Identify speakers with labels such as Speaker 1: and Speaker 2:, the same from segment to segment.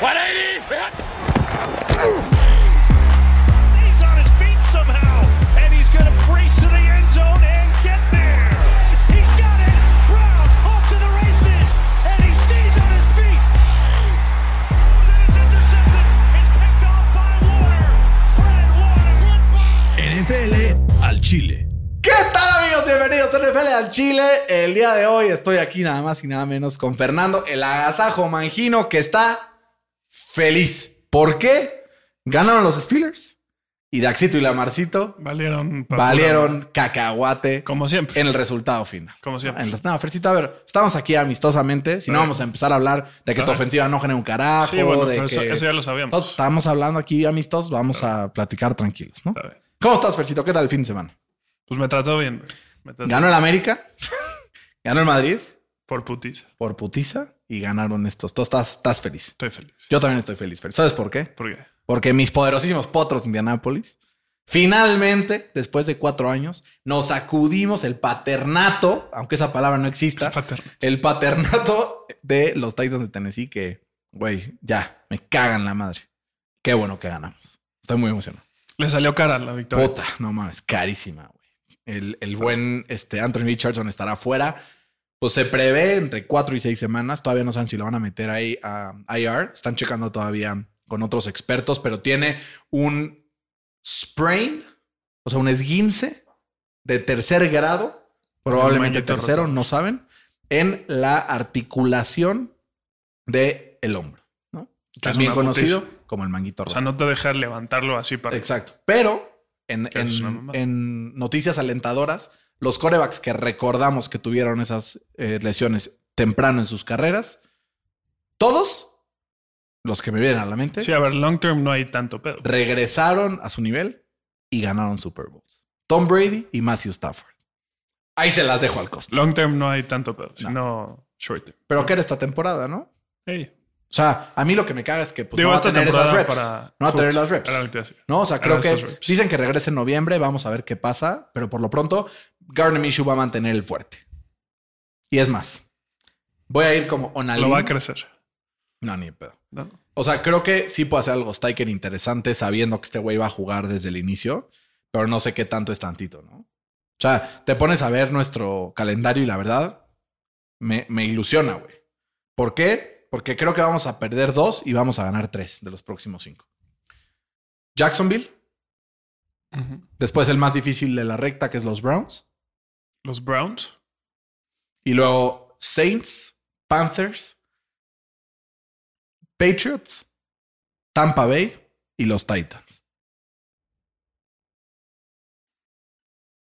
Speaker 1: 180.
Speaker 2: He's on his feet somehow, and he's going to race to the end zone and get there. He's got it. Brown off to the races, and he stays on his feet. And it's intercepted. It's picked off by Warner. Fred Warner.
Speaker 3: NFL al Chile.
Speaker 4: ¿Qué tal amigos? Bienvenidos a NFL al Chile. El día de hoy estoy aquí nada más y nada menos con Fernando, el agasajo mangino que está feliz. ¿Por qué? Ganaron los Steelers y Daxito y Lamarcito
Speaker 5: Valieron. pa'
Speaker 4: valieron
Speaker 5: pura-
Speaker 4: cacahuate
Speaker 5: Como siempre.
Speaker 4: en el resultado final.
Speaker 5: Como siempre.
Speaker 4: En el- No, Fercito, a ver, estamos aquí amistosamente. Si no,
Speaker 5: Claro.
Speaker 4: vamos a empezar a hablar de que tu
Speaker 5: Claro.
Speaker 4: ofensiva no genera un carajo.
Speaker 5: Ah. Sí, bueno,
Speaker 4: de
Speaker 5: pero eso,
Speaker 4: que-
Speaker 5: eso ya Ah. lo sabíamos.
Speaker 4: Todos estamos hablando aquí amistosos. Vamos a platicar tranquilos, ¿no?
Speaker 5: A ver,
Speaker 4: ¿Cómo estás, Fercito? ¿Qué tal el fin de semana?
Speaker 5: Pues me trató bien. güey. Me trató
Speaker 4: Ganó el América, ganó el Madrid
Speaker 5: por putiza.
Speaker 4: por putiza y ganaron estos. Tú estás, estás feliz.
Speaker 5: Estoy feliz.
Speaker 4: Yo también estoy feliz, pero ¿sabes por qué?
Speaker 5: ¿Por qué?
Speaker 4: Porque mis poderosísimos potros de Indianápolis, finalmente, después de cuatro años, nos sacudimos el paternato, aunque esa palabra no exista,
Speaker 5: Paterno.
Speaker 4: el paternato de los Titans de Tennessee que, güey, ya, me cagan la madre. Qué bueno que ganamos. Estoy muy emocionado.
Speaker 5: Le salió cara la victoria.
Speaker 4: Puta, no mames, carísima, güey. El, el buen este, Anthony Richardson estará fuera. Pues se prevé entre cuatro y seis semanas. Todavía no saben si lo van a meter ahí a IR. Están checando todavía con otros expertos, pero tiene un sprain, o sea, un esguince de tercer grado, probablemente
Speaker 5: manguito
Speaker 4: tercero,
Speaker 5: roto.
Speaker 4: no saben, en la articulación del el hombro, ¿no?
Speaker 5: Que es
Speaker 4: También
Speaker 5: una putiza.
Speaker 4: conocido como el manguito
Speaker 5: O
Speaker 4: roto.
Speaker 5: sea, no te dejar levantarlo así para.
Speaker 4: Exacto. Pero en,
Speaker 5: Que es una
Speaker 4: en-
Speaker 5: mamada.
Speaker 4: en noticias alentadoras, los corebacks que recordamos que tuvieron esas eh, lesiones temprano en sus carreras, todos los que me vienen a la mente
Speaker 5: Sí, a ver, long term no hay tanto pedo.
Speaker 4: regresaron a su nivel y ganaron Super Bowls. Tom Brady y Matthew Stafford. Ahí se las dejo al costo.
Speaker 5: Long term no hay tanto pedo, sino short term.
Speaker 4: Pero que era esta temporada, ¿no?
Speaker 5: Hey,
Speaker 4: O sea, a mí lo que me caga es que pues,
Speaker 5: digo,
Speaker 4: no va a
Speaker 5: esta
Speaker 4: tener esas
Speaker 5: temporada
Speaker 4: reps.
Speaker 5: para.
Speaker 4: no va a tener
Speaker 5: justo,
Speaker 4: las reps.
Speaker 5: era lo que te iba a decir.
Speaker 4: ¿no? O sea,
Speaker 5: Para
Speaker 4: creo que
Speaker 5: Ah, esos reps.
Speaker 4: dicen que regrese en noviembre, vamos a ver qué pasa, pero por lo pronto Gardner Minshew va a mantener el fuerte. Y es más, voy a ir como Onalín.
Speaker 5: Lo va a crecer.
Speaker 4: No, ni de pedo.
Speaker 5: ¿no?
Speaker 4: O sea, creo que sí puede hacer algo Stiker interesante sabiendo que este güey va a jugar desde el inicio, pero no sé qué tanto es tantito, ¿no? O sea, te pones a ver nuestro calendario y la verdad me, me ilusiona, güey. ¿Por qué? Porque creo que vamos a perder dos y vamos a ganar tres de los próximos cinco. Jacksonville,
Speaker 5: Ujú.
Speaker 4: Después el más difícil de la recta, que es los Browns.
Speaker 5: Los Browns.
Speaker 4: Y luego Saints, Panthers, Patriots, Tampa Bay y los Titans.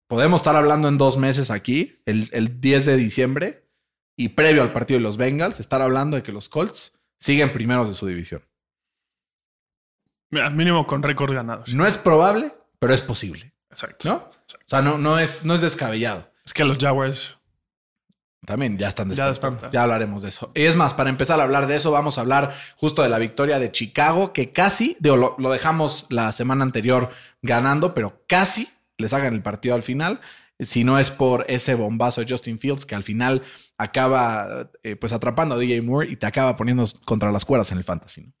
Speaker 4: Podemos estar hablando en dos meses aquí, el, el 10 de diciembre, y previo al partido de los Bengals, estar hablando de que los Colts siguen primeros de su división.
Speaker 5: Mira, mínimo con récord ganado.
Speaker 4: No es probable, pero es posible,
Speaker 5: Exacto.
Speaker 4: ¿no? O sea, no, no, es, no es descabellado.
Speaker 5: Es que los Jaguars.
Speaker 4: También ya están
Speaker 5: Ya
Speaker 4: despertando. Ya,
Speaker 5: despertaron.
Speaker 4: hablaremos de eso. Y es más, para empezar a hablar de eso, vamos a hablar justo de la victoria de Chicago, que casi, digo, lo, lo dejamos la semana anterior ganando, pero casi les hagan el partido al final. Si no es por ese bombazo de Justin Fields que al final acaba eh, pues atrapando a DJ Moore y te acaba poniendo contra las cuerdas en el fantasy. ¿no?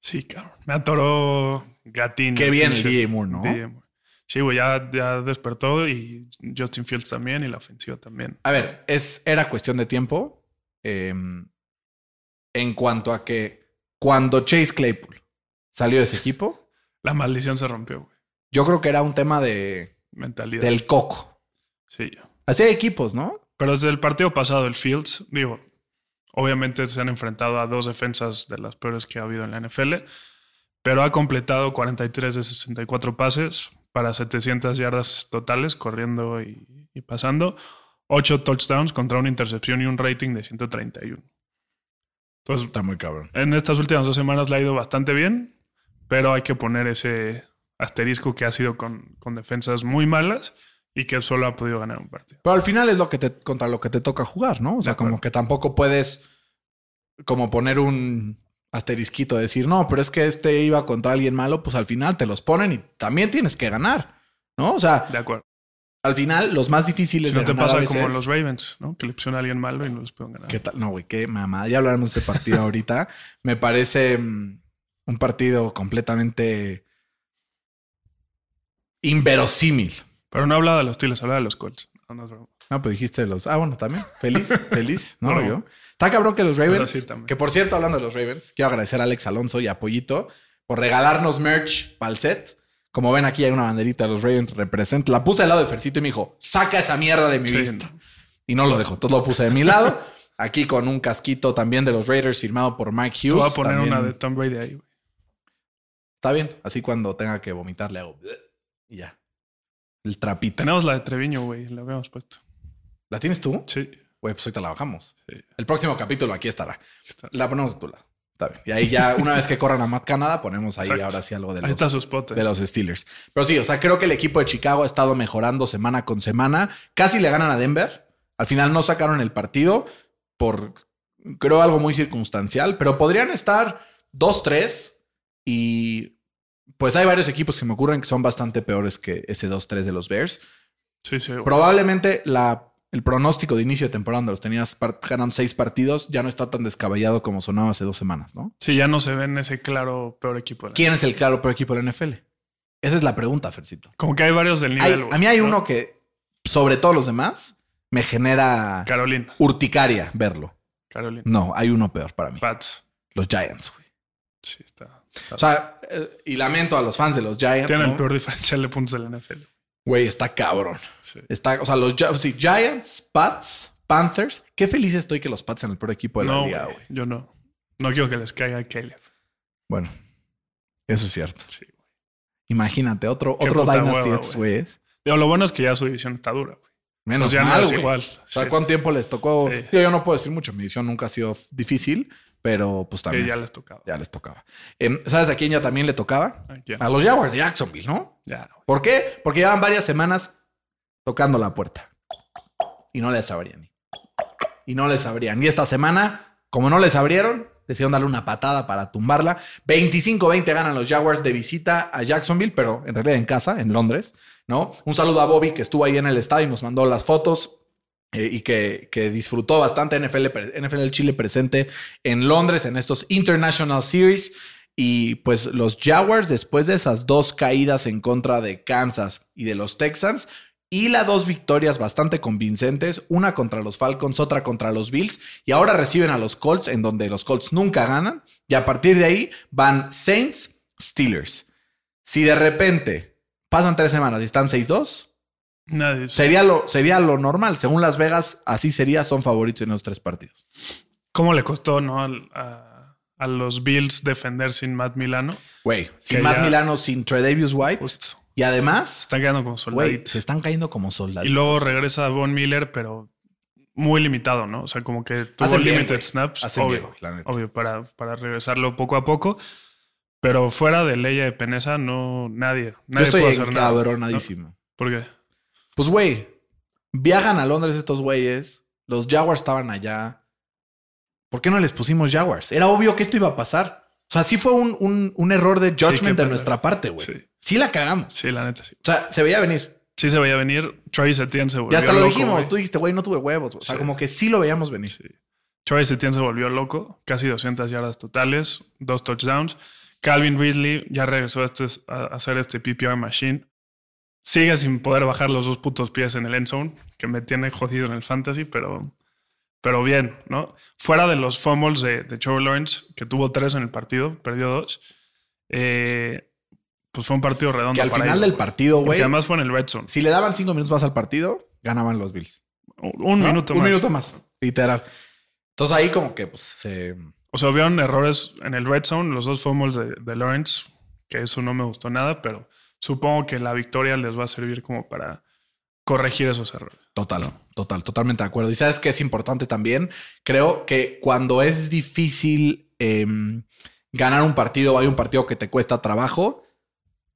Speaker 5: Sí, cabrón. Me atoró Gatín.
Speaker 4: Qué bien el
Speaker 5: pinche
Speaker 4: DJ Moore, ¿no?
Speaker 5: DJ Moore. Sí, güey, ya, ya despertó y Justin Fields también y la ofensiva también.
Speaker 4: A ver, es, era cuestión de tiempo eh, en cuanto a que cuando Chase Claypool salió de ese equipo.
Speaker 5: La maldición se rompió, güey.
Speaker 4: Yo creo que era un tema de,
Speaker 5: Mentalidad.
Speaker 4: del coco.
Speaker 5: Sí.
Speaker 4: Así hay equipos, ¿no?
Speaker 5: Pero desde el partido pasado, el Fields, digo, obviamente se han enfrentado a dos defensas de las peores que ha habido en la NFL, pero ha completado 43 de 64 pases para 700 yardas totales, corriendo y, y pasando, 8 touchdowns contra una intercepción y un rating de 131. Entonces,
Speaker 4: Está muy cabrón.
Speaker 5: en estas últimas dos semanas le ha ido bastante bien, pero hay que poner ese asterisco que ha sido con, con defensas muy malas y que solo ha podido ganar un partido.
Speaker 4: Pero al final es lo que te, contra lo que te toca jugar, ¿no? O sea, como que tampoco puedes como poner un asterisquito, decir, no, pero es que este iba contra alguien malo, pues al final te los ponen y también tienes que ganar, ¿no? O sea,
Speaker 5: De acuerdo.
Speaker 4: al final, los más difíciles
Speaker 5: Si no
Speaker 4: de
Speaker 5: te
Speaker 4: ganar a
Speaker 5: pasa
Speaker 4: veces-
Speaker 5: como los Ravens, ¿no? Que le pusieron a alguien malo y no les pueden ganar.
Speaker 4: ¿Qué tal? No, güey, qué mamada. Ya hablaremos de ese partido ahorita. Me parece mm, un partido completamente inverosímil.
Speaker 5: Pero no hablaba de los Steelers, hablaba de los Colts. No, no es broma.
Speaker 4: No, pues dijiste de los. Ah, bueno, también. Feliz, feliz. No,
Speaker 5: No.
Speaker 4: yo. Está cabrón que los Ravens.
Speaker 5: sí, también.
Speaker 4: que por cierto, hablando de los Ravens, quiero agradecer a Alex Alonso y a Pollito por regalarnos merch para el set. Como ven, aquí hay una banderita de los Ravens represent. La puse al lado de Fercito y me dijo: saca esa mierda de mi
Speaker 5: Sí.
Speaker 4: vista. Y no lo dejó. Todo lo puse de mi lado. Aquí con un casquito también de los Raiders firmado por Mike
Speaker 5: Te
Speaker 4: Hughes.
Speaker 5: voy a poner
Speaker 4: También
Speaker 5: una de Tom Brady ahí, güey.
Speaker 4: Está bien. Así cuando tenga que vomitar, le hago. "Bleh", Y ya. El trapito.
Speaker 5: Tenemos la de Treviño, güey. La habíamos puesto.
Speaker 4: ¿La tienes tú?
Speaker 5: Sí.
Speaker 4: Güey, pues hoy te la bajamos.
Speaker 5: Sí.
Speaker 4: El próximo capítulo aquí estará.
Speaker 5: Está-
Speaker 4: La ponemos a tu lado. Está bien. Y ahí ya, una vez que corran a Matt Canada, ponemos ahí
Speaker 5: Exacto.
Speaker 4: ahora sí algo de
Speaker 5: ahí está
Speaker 4: los,
Speaker 5: su spot. eh.
Speaker 4: de los Steelers. Pero sí, o sea, creo que el equipo de Chicago ha estado mejorando semana con semana. Casi le ganan a Denver. Al final no sacaron el partido por, creo, algo muy circunstancial, pero podrían estar 2-3 y pues hay varios equipos que me ocurren que son bastante peores que ese 2-3 de los Bears.
Speaker 5: Sí, sí. güey.
Speaker 4: Probablemente la, el pronóstico de inicio de temporada, donde los tenías par- ganando seis partidos, ya no está tan descabellado como sonaba hace dos semanas, ¿no?
Speaker 5: Sí, ya no se ven ese claro peor equipo. de la-
Speaker 4: ¿Quién es el claro peor equipo de la NFL? Esa es la pregunta, Fercito.
Speaker 5: Como que hay varios del
Speaker 4: Hay-
Speaker 5: nivel. güey,
Speaker 4: a mí hay
Speaker 5: ¿no?
Speaker 4: uno que, sobre todos los demás, me genera
Speaker 5: Carolina.
Speaker 4: urticaria verlo.
Speaker 5: Carolina.
Speaker 4: No, hay uno peor para mí.
Speaker 5: Pats.
Speaker 4: Los Giants, güey.
Speaker 5: Sí, está.
Speaker 4: O sea, eh, y lamento a los fans de los Giants.
Speaker 5: Tienen el
Speaker 4: ¿no?
Speaker 5: peor diferencial de puntos de la NFL.
Speaker 4: Güey, está cabrón.
Speaker 5: Sí.
Speaker 4: Está, o sea, los Gi- sí, Giants, Pats, Panthers. Qué feliz estoy que los Pats sean el peor equipo de la
Speaker 5: no,
Speaker 4: liga,
Speaker 5: güey,
Speaker 4: güey.
Speaker 5: yo no. No quiero que les caiga a Caleb.
Speaker 4: Bueno, eso es cierto.
Speaker 5: Sí, güey.
Speaker 4: Imagínate, otro,
Speaker 5: Qué
Speaker 4: otro
Speaker 5: puta
Speaker 4: Dynasty
Speaker 5: hueva,
Speaker 4: de estos güeyes.
Speaker 5: Digo, lo bueno es que ya su división está dura. güey.
Speaker 4: Menos
Speaker 5: Entonces ya
Speaker 4: mal,
Speaker 5: no es
Speaker 4: güey.
Speaker 5: igual.
Speaker 4: O sea,
Speaker 5: Sí,
Speaker 4: ¿cuánto tiempo les tocó?
Speaker 5: Sí.
Speaker 4: Yo, yo no puedo decir mucho. Mi edición nunca ha sido f- difícil, pero pues
Speaker 5: que
Speaker 4: también
Speaker 5: ya
Speaker 4: ya,
Speaker 5: les tocaba.
Speaker 4: les tocaba. Em, ¿Sabes a quién ya también le tocaba?
Speaker 5: Aquí Ah, ya.
Speaker 4: A los Jaguars de Jacksonville, ¿no?
Speaker 5: Ya, güey.
Speaker 4: ¿Por qué? Porque llevaban varias semanas tocando la puerta y no les abrían. Y no les abrían. Y esta semana, como no les abrieron, decidieron darle una patada para tumbarla. 25-20 ganan los Jaguars de visita a Jacksonville, pero en realidad en casa, en Londres, ¿no? Un saludo a Bobby que estuvo ahí en el estadio y nos mandó las fotos. eh, Y que, que disfrutó bastante NFL, pre- NFL Chile presente en Londres en estos International Series. Y pues los Jaguars, después de esas dos caídas en contra de Kansas y de los Texans, y las dos victorias bastante convincentes, una contra los Falcons, otra contra los Bills, y ahora reciben a los Colts, en donde los Colts nunca ganan, y a partir de ahí van Saints, Steelers. Si de repente pasan tres semanas y están 6-2,
Speaker 5: Nadie.
Speaker 4: sería lo, sería lo normal. Según Las Vegas, así sería, son favoritos en los tres partidos.
Speaker 5: ¿Cómo le costó no al- a, a los Bills defender sin Matt Milano?
Speaker 4: Güey, sin
Speaker 5: Que
Speaker 4: Matt
Speaker 5: ya-
Speaker 4: Milano, sin Tredavious White,
Speaker 5: Justo.
Speaker 4: y además...
Speaker 5: Están quedando como
Speaker 4: Güey,
Speaker 5: soldaditos.
Speaker 4: se están cayendo como soldados.
Speaker 5: Y luego regresa Von Miller, pero muy limitado, ¿no? O sea, como que tuvo
Speaker 4: Hacen bien,
Speaker 5: limited
Speaker 4: güey.
Speaker 5: snaps,
Speaker 4: Hacen bien,
Speaker 5: obvio,
Speaker 4: güey, la neta.
Speaker 5: obvio para, para regresarlo poco a poco. Pero fuera de Leia de Peneza, no, nadie,
Speaker 4: Yo
Speaker 5: nadie puede
Speaker 4: estoy
Speaker 5: hacer nada.
Speaker 4: encabronadísimo.
Speaker 5: ¿Por qué?
Speaker 4: Pues, güey, viajan a Londres estos güeyes. Los Jaguars estaban allá. ¿Por qué no les pusimos Jaguars? Era obvio que esto iba a pasar. O sea, sí fue un, un- un error de judgment
Speaker 5: qué
Speaker 4: de
Speaker 5: pena.
Speaker 4: nuestra parte, güey. Sí.
Speaker 5: Sí.
Speaker 4: la cagamos.
Speaker 5: Sí, la neta sí.
Speaker 4: O sea, se veía venir.
Speaker 5: Sí se veía venir. Travis Etienne se volvió
Speaker 4: Ya hasta lo
Speaker 5: loco,
Speaker 4: dijimos.
Speaker 5: güey.
Speaker 4: Tú dijiste, güey, no tuve huevos. güey. O sea,
Speaker 5: Sí.
Speaker 4: como que sí lo veíamos venir.
Speaker 5: Sí. Travis Etienne se volvió loco. Casi 200 yardas totales, dos touchdowns. Calvin Ridley ya regresó a, este- a hacer este PPR machine. Sigue sin poder bajar los dos putos pies en el end zone, que me tiene jodido en el fantasy, pero, pero bien, ¿no? Fuera de los fumbles de, de Trevor Lawrence, que tuvo tres en el partido, perdió dos, eh, pues fue un partido redondo.
Speaker 4: Que al
Speaker 5: para
Speaker 4: final
Speaker 5: ellos,
Speaker 4: del
Speaker 5: güey.
Speaker 4: partido,
Speaker 5: Porque
Speaker 4: güey,
Speaker 5: además fue en el red zone.
Speaker 4: si le daban cinco minutos más al partido, ganaban los Bills.
Speaker 5: Un, un
Speaker 4: ¿no?
Speaker 5: minuto
Speaker 4: Un
Speaker 5: más.
Speaker 4: minuto más. Literal. Entonces ahí como que pues se...
Speaker 5: O sea, hubieron errores en el red zone, los dos fumbles de, de Lawrence, que eso no me gustó nada, pero supongo que la victoria les va a servir como para corregir esos errores.
Speaker 4: Total, total, totalmente de acuerdo. Y sabes que es importante también. Creo que cuando es difícil eh, ganar un partido, hay un partido que te cuesta trabajo,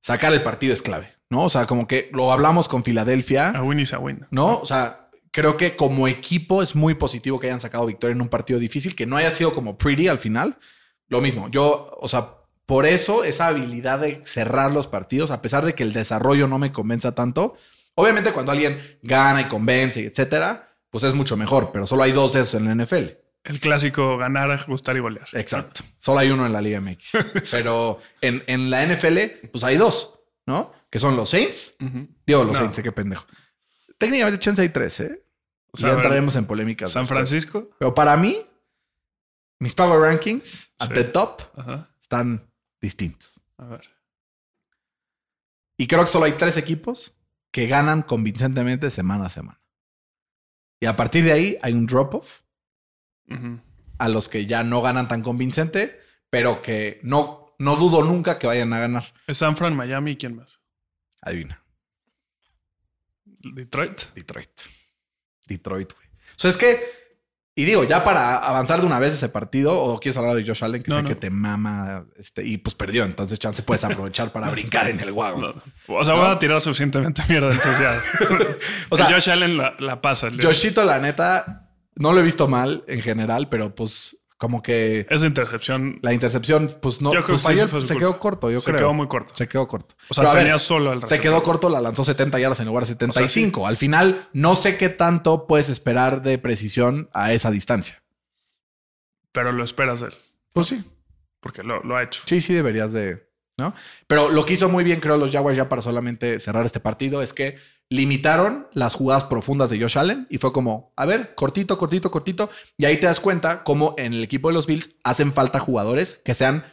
Speaker 4: sacar el partido es clave, ¿no? O sea, como que lo hablamos con
Speaker 5: A
Speaker 4: Filadelfia,
Speaker 5: win is a win.
Speaker 4: ¿no? O sea, creo que como equipo es muy positivo que hayan sacado victoria en un partido difícil, que no haya sido como pretty al final. Lo mismo, yo, o sea, por eso esa habilidad de cerrar los partidos, a pesar de que el desarrollo no me convenza tanto, Obviamente, cuando alguien gana y convence, etcétera, pues es mucho mejor, pero solo hay dos de esos en la NFL.
Speaker 5: El clásico ganar, gustar y golear.
Speaker 4: Exacto. Solo hay uno en la Liga MX. pero en, en la NFL, pues hay dos, ¿no? Que son los Saints.
Speaker 5: Ujú.
Speaker 4: Digo, los
Speaker 5: No.
Speaker 4: Saints, qué pendejo. Técnicamente, chance hay tres, ¿eh?
Speaker 5: O sea,
Speaker 4: ya
Speaker 5: a ver,
Speaker 4: entraremos en polémicas.
Speaker 5: San
Speaker 4: después.
Speaker 5: Francisco.
Speaker 4: Pero para mí, mis power rankings at
Speaker 5: Sí.
Speaker 4: the top
Speaker 5: Ajá.
Speaker 4: están distintos.
Speaker 5: A ver.
Speaker 4: Y creo que solo hay tres equipos que ganan convincentemente semana a semana. Y a partir de ahí hay un drop-off
Speaker 5: Ujú.
Speaker 4: a los que ya no ganan tan convincente, pero que no, no dudo nunca que vayan a ganar.
Speaker 5: Es San Fran, Miami y quién más.
Speaker 4: Adivina,
Speaker 5: Detroit.
Speaker 4: Detroit. Detroit, güey. O sea, es que... Y digo, ya para avanzar de una vez ese partido, o quieres hablar de Josh Allen, que
Speaker 5: No,
Speaker 4: sé
Speaker 5: no.
Speaker 4: que te mama, este, y pues perdió, entonces chance puedes aprovechar para brincar en el guago.
Speaker 5: No, O sea, voy a tirar suficientemente mierda. Entonces ya.
Speaker 4: O sea,
Speaker 5: Josh Allen la, la pasa. Le-
Speaker 4: Yoshito, la neta, no lo he visto mal en general, pero pues como que
Speaker 5: Esa intercepción
Speaker 4: la intercepción, pues no,
Speaker 5: Yo creo
Speaker 4: pues,
Speaker 5: que sí,
Speaker 4: falló,
Speaker 5: fue su
Speaker 4: se
Speaker 5: culpa.
Speaker 4: quedó corto, yo
Speaker 5: se
Speaker 4: creo.
Speaker 5: quedó muy corta.
Speaker 4: Se quedó corto.
Speaker 5: O sea,
Speaker 4: Pero, a ver,
Speaker 5: tenía solo al
Speaker 4: se
Speaker 5: receptor.
Speaker 4: quedó corto, la lanzó 70 yardas en lugar de 75. Al final, no sé qué tanto puedes esperar de precisión a esa distancia.
Speaker 5: Pero lo esperas de él.
Speaker 4: Pues sí,
Speaker 5: Porque lo, lo ha hecho.
Speaker 4: sí, sí deberías de, ¿no? Pero lo que hizo muy bien, creo, los Jaguars ya para solamente cerrar este partido es que limitaron las jugadas profundas de Josh Allen y fue como, a ver, cortito, cortito, cortito. Y ahí te das cuenta cómo en el equipo de los Bills hacen falta jugadores que sean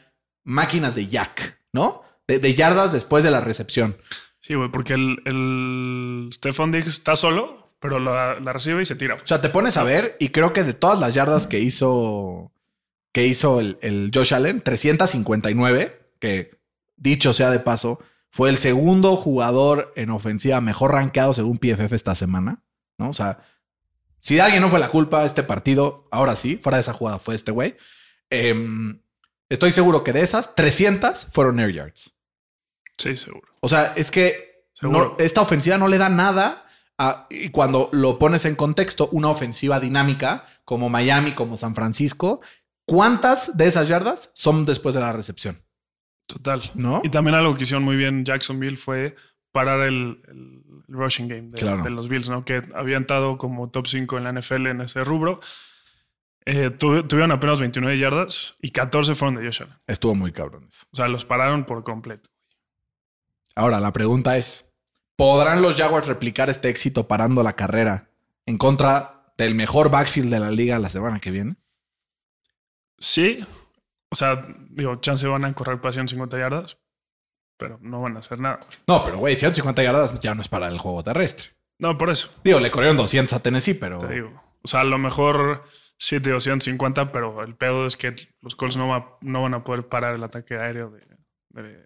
Speaker 4: máquinas de jack, ¿no? De, de yardas después de la recepción.
Speaker 5: Sí, güey. Porque el, el Stephon Diggs está solo, pero la, la recibe y se tira.
Speaker 4: O sea, te pones a ver y creo que de todas las yardas que hizo, que hizo el, el Josh Allen, 359, que dicho sea de paso, fue el segundo jugador en ofensiva mejor rankeado según PFF esta semana, ¿no? O sea, si de alguien no fue la culpa este partido, ahora sí, fuera de esa jugada fue este güey. Em, estoy seguro que de esas, 300 fueron air yards.
Speaker 5: Sí, seguro.
Speaker 4: O sea, es que
Speaker 5: Seguro.
Speaker 4: no- esta ofensiva no le da nada. a- y cuando lo pones en contexto, una ofensiva dinámica como Miami, como San Francisco, ¿cuántas de esas yardas son después de la recepción?
Speaker 5: Total.
Speaker 4: ¿No?
Speaker 5: Y también algo que hicieron muy bien Jacksonville fue parar el, el rushing game de,
Speaker 4: Claro.
Speaker 5: de los Bills, ¿no? Que había entrado como top 5 en la NFL en ese rubro. Eh, tu- tuvieron apenas 29 yardas y 14 fueron de Josh Allen.
Speaker 4: Estuvo muy cabrón eso.
Speaker 5: O sea, los pararon por completo.
Speaker 4: Ahora, la pregunta es, ¿podrán los Jaguars replicar este éxito parando la carrera en contra del mejor backfield de la liga la semana que viene?
Speaker 5: Sí. O sea, digo, chance van a correr para 150 yardas, pero no van a hacer nada. güey.
Speaker 4: No, pero güey, 150 yardas ya no es para el juego terrestre.
Speaker 5: No, por eso,
Speaker 4: Digo, le corrieron 200 a Tennessee, pero...
Speaker 5: te digo. O sea, a lo mejor 7 o 150, pero el pedo es que los Colts no, va- no van a poder parar el ataque aéreo de, de-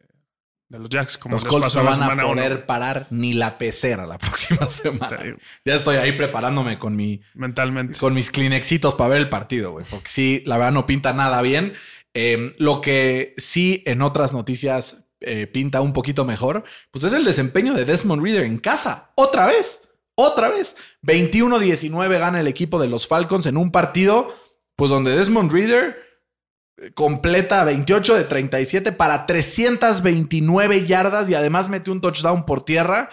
Speaker 5: de los Jacks. Como
Speaker 4: Los
Speaker 5: les
Speaker 4: Colts
Speaker 5: pasó
Speaker 4: no
Speaker 5: la
Speaker 4: van a
Speaker 5: semana uno,
Speaker 4: poder
Speaker 5: güey.
Speaker 4: parar ni la pecera la próxima
Speaker 5: Te
Speaker 4: semana.
Speaker 5: digo,
Speaker 4: Ya estoy ahí preparándome con, mi,
Speaker 5: mentalmente.
Speaker 4: con mis Kleenexitos para ver el partido, güey. Porque sí, la verdad no pinta nada bien. Eh, lo que sí en otras noticias eh, pinta un poquito mejor, pues es el desempeño de Desmond Reader en casa. Otra vez, otra vez. 21-19 gana el equipo de los Falcons en un partido, pues donde Desmond Reader completa 28 de 37 para 329 yardas y además metió un touchdown por tierra.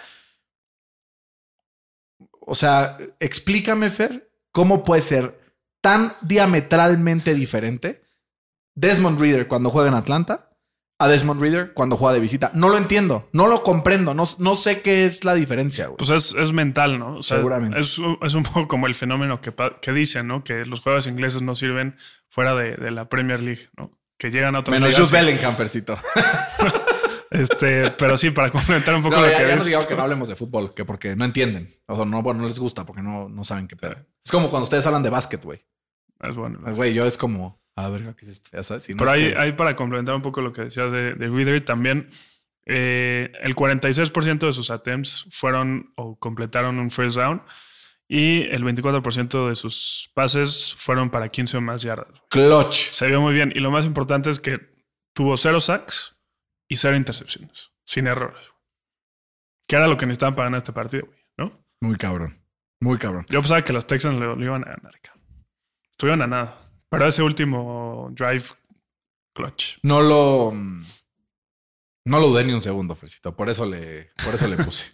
Speaker 4: O sea, explícame, Fer, cómo puede ser tan diametralmente diferente Desmond Reader cuando juega en Atlanta a Desmond Reader cuando juega de visita. No lo entiendo, no lo comprendo, no, no sé qué es la diferencia. güey.
Speaker 5: Pues es, es mental, ¿no? O sea,
Speaker 4: Seguramente.
Speaker 5: Es, un- es un poco como el fenómeno que, pa- que dicen, ¿no? Que los jugadores ingleses no sirven fuera de, de la Premier League, ¿no? Que llegan a otras
Speaker 4: Menos
Speaker 5: ligas
Speaker 4: Jude
Speaker 5: y-
Speaker 4: Bellingham, Fercito.
Speaker 5: Este, pero sí, para complementar un poco
Speaker 4: No,
Speaker 5: lo
Speaker 4: ya,
Speaker 5: que
Speaker 4: ya nos
Speaker 5: dices.
Speaker 4: dijeron que no hablemos de fútbol, que porque no entienden. O sea, no, bueno, no les gusta porque no, no saben qué pedo. Es como cuando ustedes hablan de básquet, güey.
Speaker 5: Es bueno.
Speaker 4: Pues, Güey, yo es como, ah, verga, ¿qué es esto? Ya sabes. y no
Speaker 5: pero
Speaker 4: es
Speaker 5: ahí,
Speaker 4: que-
Speaker 5: ahí para complementar un poco lo que decías de, de Reader, también eh, el 46% de sus attempts fueron o completaron un first down y el 24% de sus pases fueron para 15 o más yardas.
Speaker 4: Clutch.
Speaker 5: Se vio muy bien. Y lo más importante es que tuvo cero sacks y cero intercepciones, sin errores. Que era lo que necesitaban para ganar este partido, güey, ¿no?
Speaker 4: Muy cabrón. Muy cabrón.
Speaker 5: Yo pensaba que los Texans lo, lo iban a ganar. cabrón. Estuvieron a nada. Pero ese último drive clutch.
Speaker 4: No mm, lo. No lo dudé ni un segundo, Fercito. Por eso le, por eso le puse.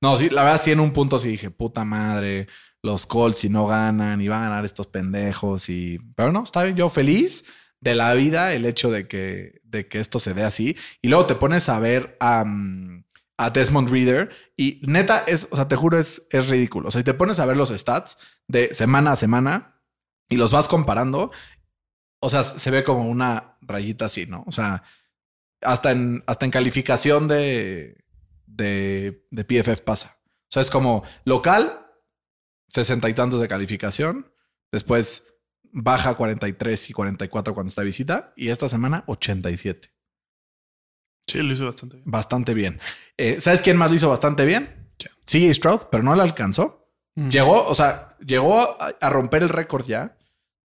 Speaker 4: No, sí, la verdad, sí, en un punto sí dije, puta madre, los Colts si no ganan y van a ganar estos pendejos. Y... Pero no, está bien, yo feliz de la vida el hecho de que, de que esto se dé así. Y luego te pones a ver a, mm, a Desmond Reader y neta, es, o sea, te juro, es, es ridículo. O sea, y te pones a ver los stats de semana a semana y los vas comparando. O sea, se ve como una rayita así, ¿no? O sea, hasta en, hasta en calificación de, de, de PFF pasa. O sea, es como local, sesenta y tantos de calificación. Después baja 43 y 44 cuando está de visita. Y esta semana 87.
Speaker 5: Sí, lo hizo bastante bien.
Speaker 4: Bastante bien. Eh, ¿Sabes quién más lo hizo bastante bien?
Speaker 5: ¿Quién?
Speaker 4: Sí, Stroud, pero no le alcanzó.
Speaker 5: Mm.
Speaker 4: Llegó, o sea, llegó a, a romper el récord ya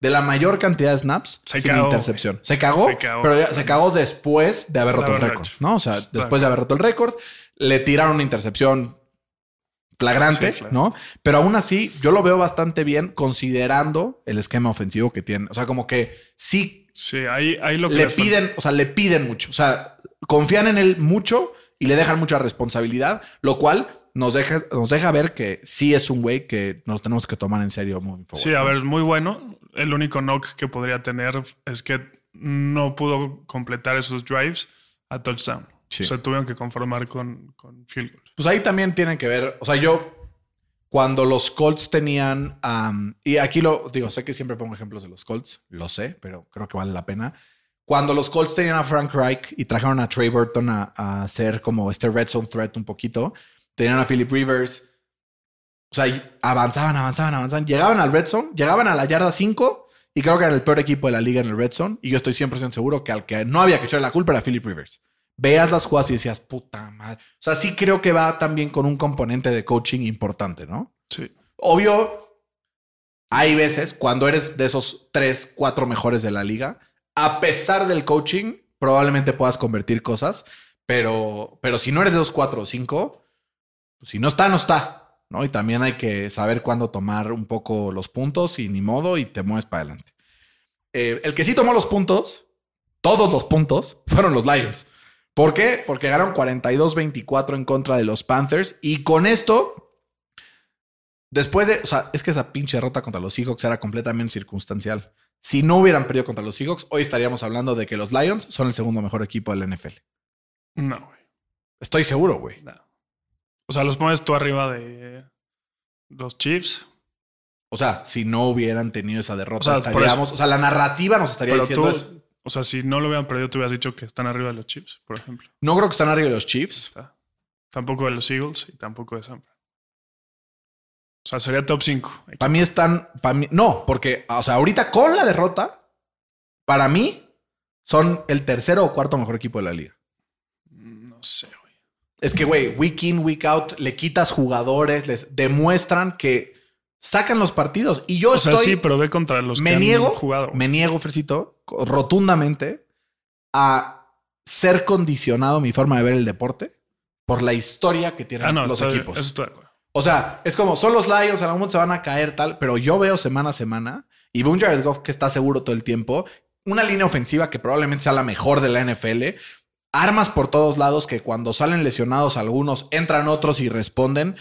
Speaker 4: de la mayor cantidad de snaps
Speaker 5: Se
Speaker 4: sin
Speaker 5: cagó,
Speaker 4: intercepción. Se cagó,
Speaker 5: Se cagó. Pues,
Speaker 4: pero ya- se cagó después de haber
Speaker 5: La
Speaker 4: roto el
Speaker 5: verdad.
Speaker 4: récord, ¿no? O sea,
Speaker 5: Está
Speaker 4: después de haber roto el récord, le tiraron una intercepción flagrante,
Speaker 5: Sí, flagrante.
Speaker 4: ¿no? Pero aún así, yo lo veo bastante bien considerando el esquema ofensivo que tiene. O sea, como que sí
Speaker 5: Sí, ahí, ahí lo que
Speaker 4: le
Speaker 5: faltó.
Speaker 4: piden, o sea, le piden mucho. O sea, confían en él mucho y le dejan mucha responsabilidad, lo cual nos deja, nos deja ver que sí es un güey que nos tenemos que tomar en serio moving forward.
Speaker 5: Sí, a ver, es muy bueno. El único knock que podría tener es que no pudo completar esos drives a touchdown.
Speaker 4: Sí.
Speaker 5: O sea, tuvieron que conformar con, con field goal.
Speaker 4: Pues ahí también tienen que ver. O sea, yo cuando los Colts tenían. am, y aquí lo digo, sé que siempre pongo ejemplos de los Colts, lo sé, pero creo que vale la pena. Cuando los Colts tenían a Frank Reich y trajeron a Trey Burton a, a hacer como este Red Zone Threat un poquito, tenían a Philip Rivers. O sea, y avanzaban, avanzaban, avanzaban. Llegaban al Red Zone, llegaban a la yarda 5 y creo que eran el peor equipo de la liga en el Red Zone. Y yo estoy 100% seguro que al que no había que echarle la culpa era Philip Rivers veas las jugadas y decías, puta madre. O sea, sí creo que va también con un componente de coaching importante, ¿no?
Speaker 5: Sí.
Speaker 4: Obvio, hay veces cuando eres de esos tres, cuatro mejores de la liga, a pesar del coaching, probablemente puedas convertir cosas, pero, pero si no eres de esos cuatro o cinco, pues si no está, no está, ¿no? Y también hay que saber cuándo tomar un poco los puntos y ni modo y te mueves para adelante. Eh, el que sí tomó los puntos, todos los puntos, fueron los Lions. ¿Por qué? Porque ganaron 42-24 en contra de los Panthers y con esto Después de, o sea, es que esa pinche derrota contra los Seahawks era completamente circunstancial. Si no hubieran perdido contra los Seahawks, hoy estaríamos hablando de que los Lions son el segundo mejor equipo del NFL.
Speaker 5: No, güey.
Speaker 4: Estoy seguro, güey.
Speaker 5: no. O sea, los pones tú arriba de los Chiefs.
Speaker 4: O sea, si no hubieran tenido esa derrota,
Speaker 5: O sea, por
Speaker 4: estaríamos, o sea, la narrativa nos estaría
Speaker 5: Pero
Speaker 4: diciendo
Speaker 5: tú,
Speaker 4: es,
Speaker 5: o sea, si no lo hubieran perdido, te hubieras dicho que están arriba de los Chiefs, por ejemplo.
Speaker 4: no creo que están arriba de los Chiefs.
Speaker 5: Está. Tampoco de los Eagles y tampoco de San Fran. O sea, sería top 5.
Speaker 4: Para mí están, para mí, no, porque, o sea, ahorita con la derrota, para mí son el tercero o cuarto mejor equipo de la liga.
Speaker 5: No sé, güey.
Speaker 4: Es que, güey, week in, week out, le quitas jugadores, les demuestran que sacan los partidos. Y yo
Speaker 5: O sea,
Speaker 4: estoy,
Speaker 5: sí, pero ve contra los
Speaker 4: me
Speaker 5: que
Speaker 4: niego,
Speaker 5: han jugado. güey.
Speaker 4: me niego, Fercito, rotundamente a ser condicionado mi forma de ver el deporte por la historia que tienen
Speaker 5: Ah, no,
Speaker 4: los
Speaker 5: estoy-
Speaker 4: equipos.
Speaker 5: Eso estoy de acuerdo.
Speaker 4: O sea, es como son los Lions, en algún momento se van a caer tal, pero yo veo semana a semana y veo un Jared Goff que está seguro todo el tiempo, una línea ofensiva que probablemente sea la mejor de la NFL, armas por todos lados que cuando salen lesionados algunos, entran otros y responden.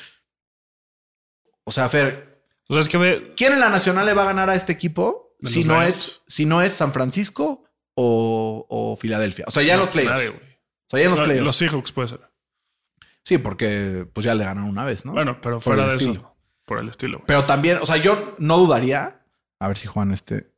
Speaker 4: O sea, Fer,
Speaker 5: O sea, es que ve.
Speaker 4: ¿quién en la nacional le va a ganar a este equipo
Speaker 5: De
Speaker 4: si
Speaker 5: los
Speaker 4: no,
Speaker 5: Lions.
Speaker 4: es, si no es San Francisco o, o Filadelfia? O sea, ya en
Speaker 5: no,
Speaker 4: los playoffs.
Speaker 5: nadie,
Speaker 4: o
Speaker 5: güey.
Speaker 4: sea, ya en los
Speaker 5: No,
Speaker 4: playoffs.
Speaker 5: Los Seahawks puede ser.
Speaker 4: Sí, porque pues ya le ganaron una vez, ¿no?
Speaker 5: Bueno, pero
Speaker 4: Por
Speaker 5: fuera
Speaker 4: el
Speaker 5: de
Speaker 4: estilo.
Speaker 5: eso. Por el estilo, güey.
Speaker 4: Pero también, o sea, yo no dudaría. A ver si juegan este.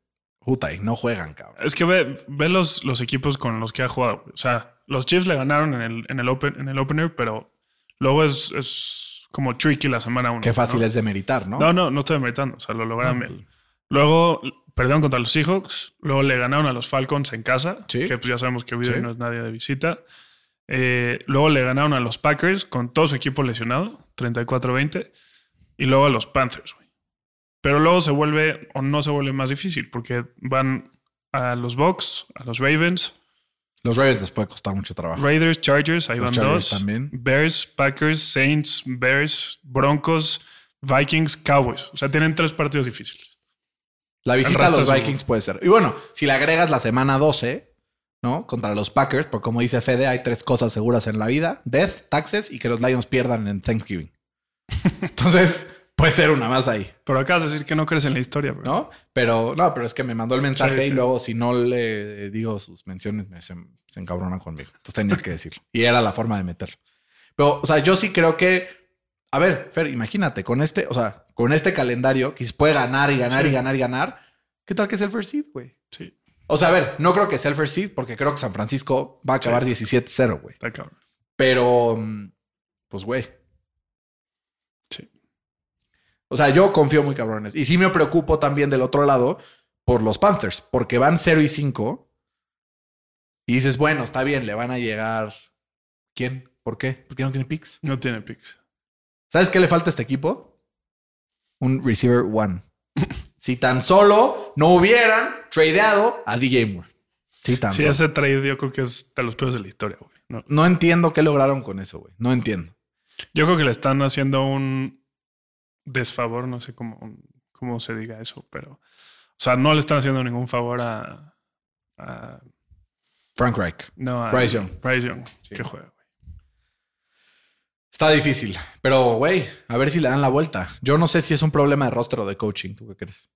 Speaker 4: Puta, y no juegan, cabrón.
Speaker 5: Es que ve, ve los, los equipos con los que ha jugado. güey. O sea, los Chiefs le ganaron en el, en el, open, en el opener, pero luego es, es como tricky la semana 1.
Speaker 4: Qué fácil es demeritar, ¿no? Ah.
Speaker 5: No, no, no estoy meritando. O sea, lo lograron
Speaker 4: No.
Speaker 5: bien. Luego perdieron contra los Seahawks. Luego le ganaron a los Falcons en casa.
Speaker 4: Sí.
Speaker 5: Que pues ya sabemos que Biden
Speaker 4: Sí.
Speaker 5: no es nadie de visita. Eh, luego le ganaron a los Packers con todo su equipo lesionado, 34-20. Y luego a los Panthers, güey. Pero luego se vuelve o no se vuelve más difícil porque van a los Bucks, a los Ravens,
Speaker 4: Los Ravens les puede costar mucho trabajo.
Speaker 5: Raiders, Chargers, ahí
Speaker 4: Los
Speaker 5: van
Speaker 4: Chargers
Speaker 5: dos.
Speaker 4: también.
Speaker 5: Bears, Packers, Saints, Bears, Broncos, Vikings, Cowboys. O sea, tienen tres partidos difíciles.
Speaker 4: La visita a
Speaker 5: resto
Speaker 4: los
Speaker 5: es un-
Speaker 4: Vikings puede ser. Y bueno, si le agregas la semana 12, ¿no? Contra los Packers, porque como dice Fede, hay tres cosas seguras en la vida: death, taxes y que los Lions pierdan en Thanksgiving. Entonces, puede ser una más ahí,
Speaker 5: Pero acabas de decir que no crees en la historia, bro.
Speaker 4: ¿no? Pero no, pero es que me mandó el mensaje
Speaker 5: Sí, sí.
Speaker 4: y luego si no le digo sus menciones me se, se encabronan conmigo. Entonces tenía que decirlo. Y era la forma de meterlo. Pero, o sea, yo sí creo que, a ver, Fer, imagínate, con este, o sea, con este calendario que se puede ganar y ganar y
Speaker 5: Sí.
Speaker 4: ganar y ganar, ¿qué tal que es el first seed, güey?
Speaker 5: Sí,
Speaker 4: O sea, a ver, no creo que sea el first seed porque creo que San Francisco va a acabar
Speaker 5: Sí.
Speaker 4: 17-0, güey.
Speaker 5: está cabrón.
Speaker 4: Pero, mm, pues, güey.
Speaker 5: Sí.
Speaker 4: O sea, yo confío muy cabrones. Y sí me preocupo también del otro lado por los Panthers, porque van 0 y 5. Y dices, bueno, está bien, le van a llegar. ¿Quién? ¿Por qué? ¿Por qué no tiene picks?
Speaker 5: No tiene picks.
Speaker 4: ¿Sabes qué le falta a este equipo? Un receiver one. si tan solo no hubieran tradeado a DJ Moore. Sí, tan
Speaker 5: Sí,
Speaker 4: solo.
Speaker 5: ese trade yo creo que es de los peores de la historia, güey. No.
Speaker 4: No entiendo qué lograron con eso, güey. No entiendo.
Speaker 5: Yo creo que le están haciendo un desfavor, no sé cómo, cómo se diga eso, pero. O sea, no le están haciendo ningún favor a. a-
Speaker 4: Frank Reich.
Speaker 5: no, a.
Speaker 4: Bryce Young.
Speaker 5: Bryce Young,
Speaker 4: Sí.
Speaker 5: que juega, güey.
Speaker 4: Está difícil, pero güey, a ver si le dan la vuelta. Yo no sé si es un problema de roster o de coaching. ¿Tú qué crees?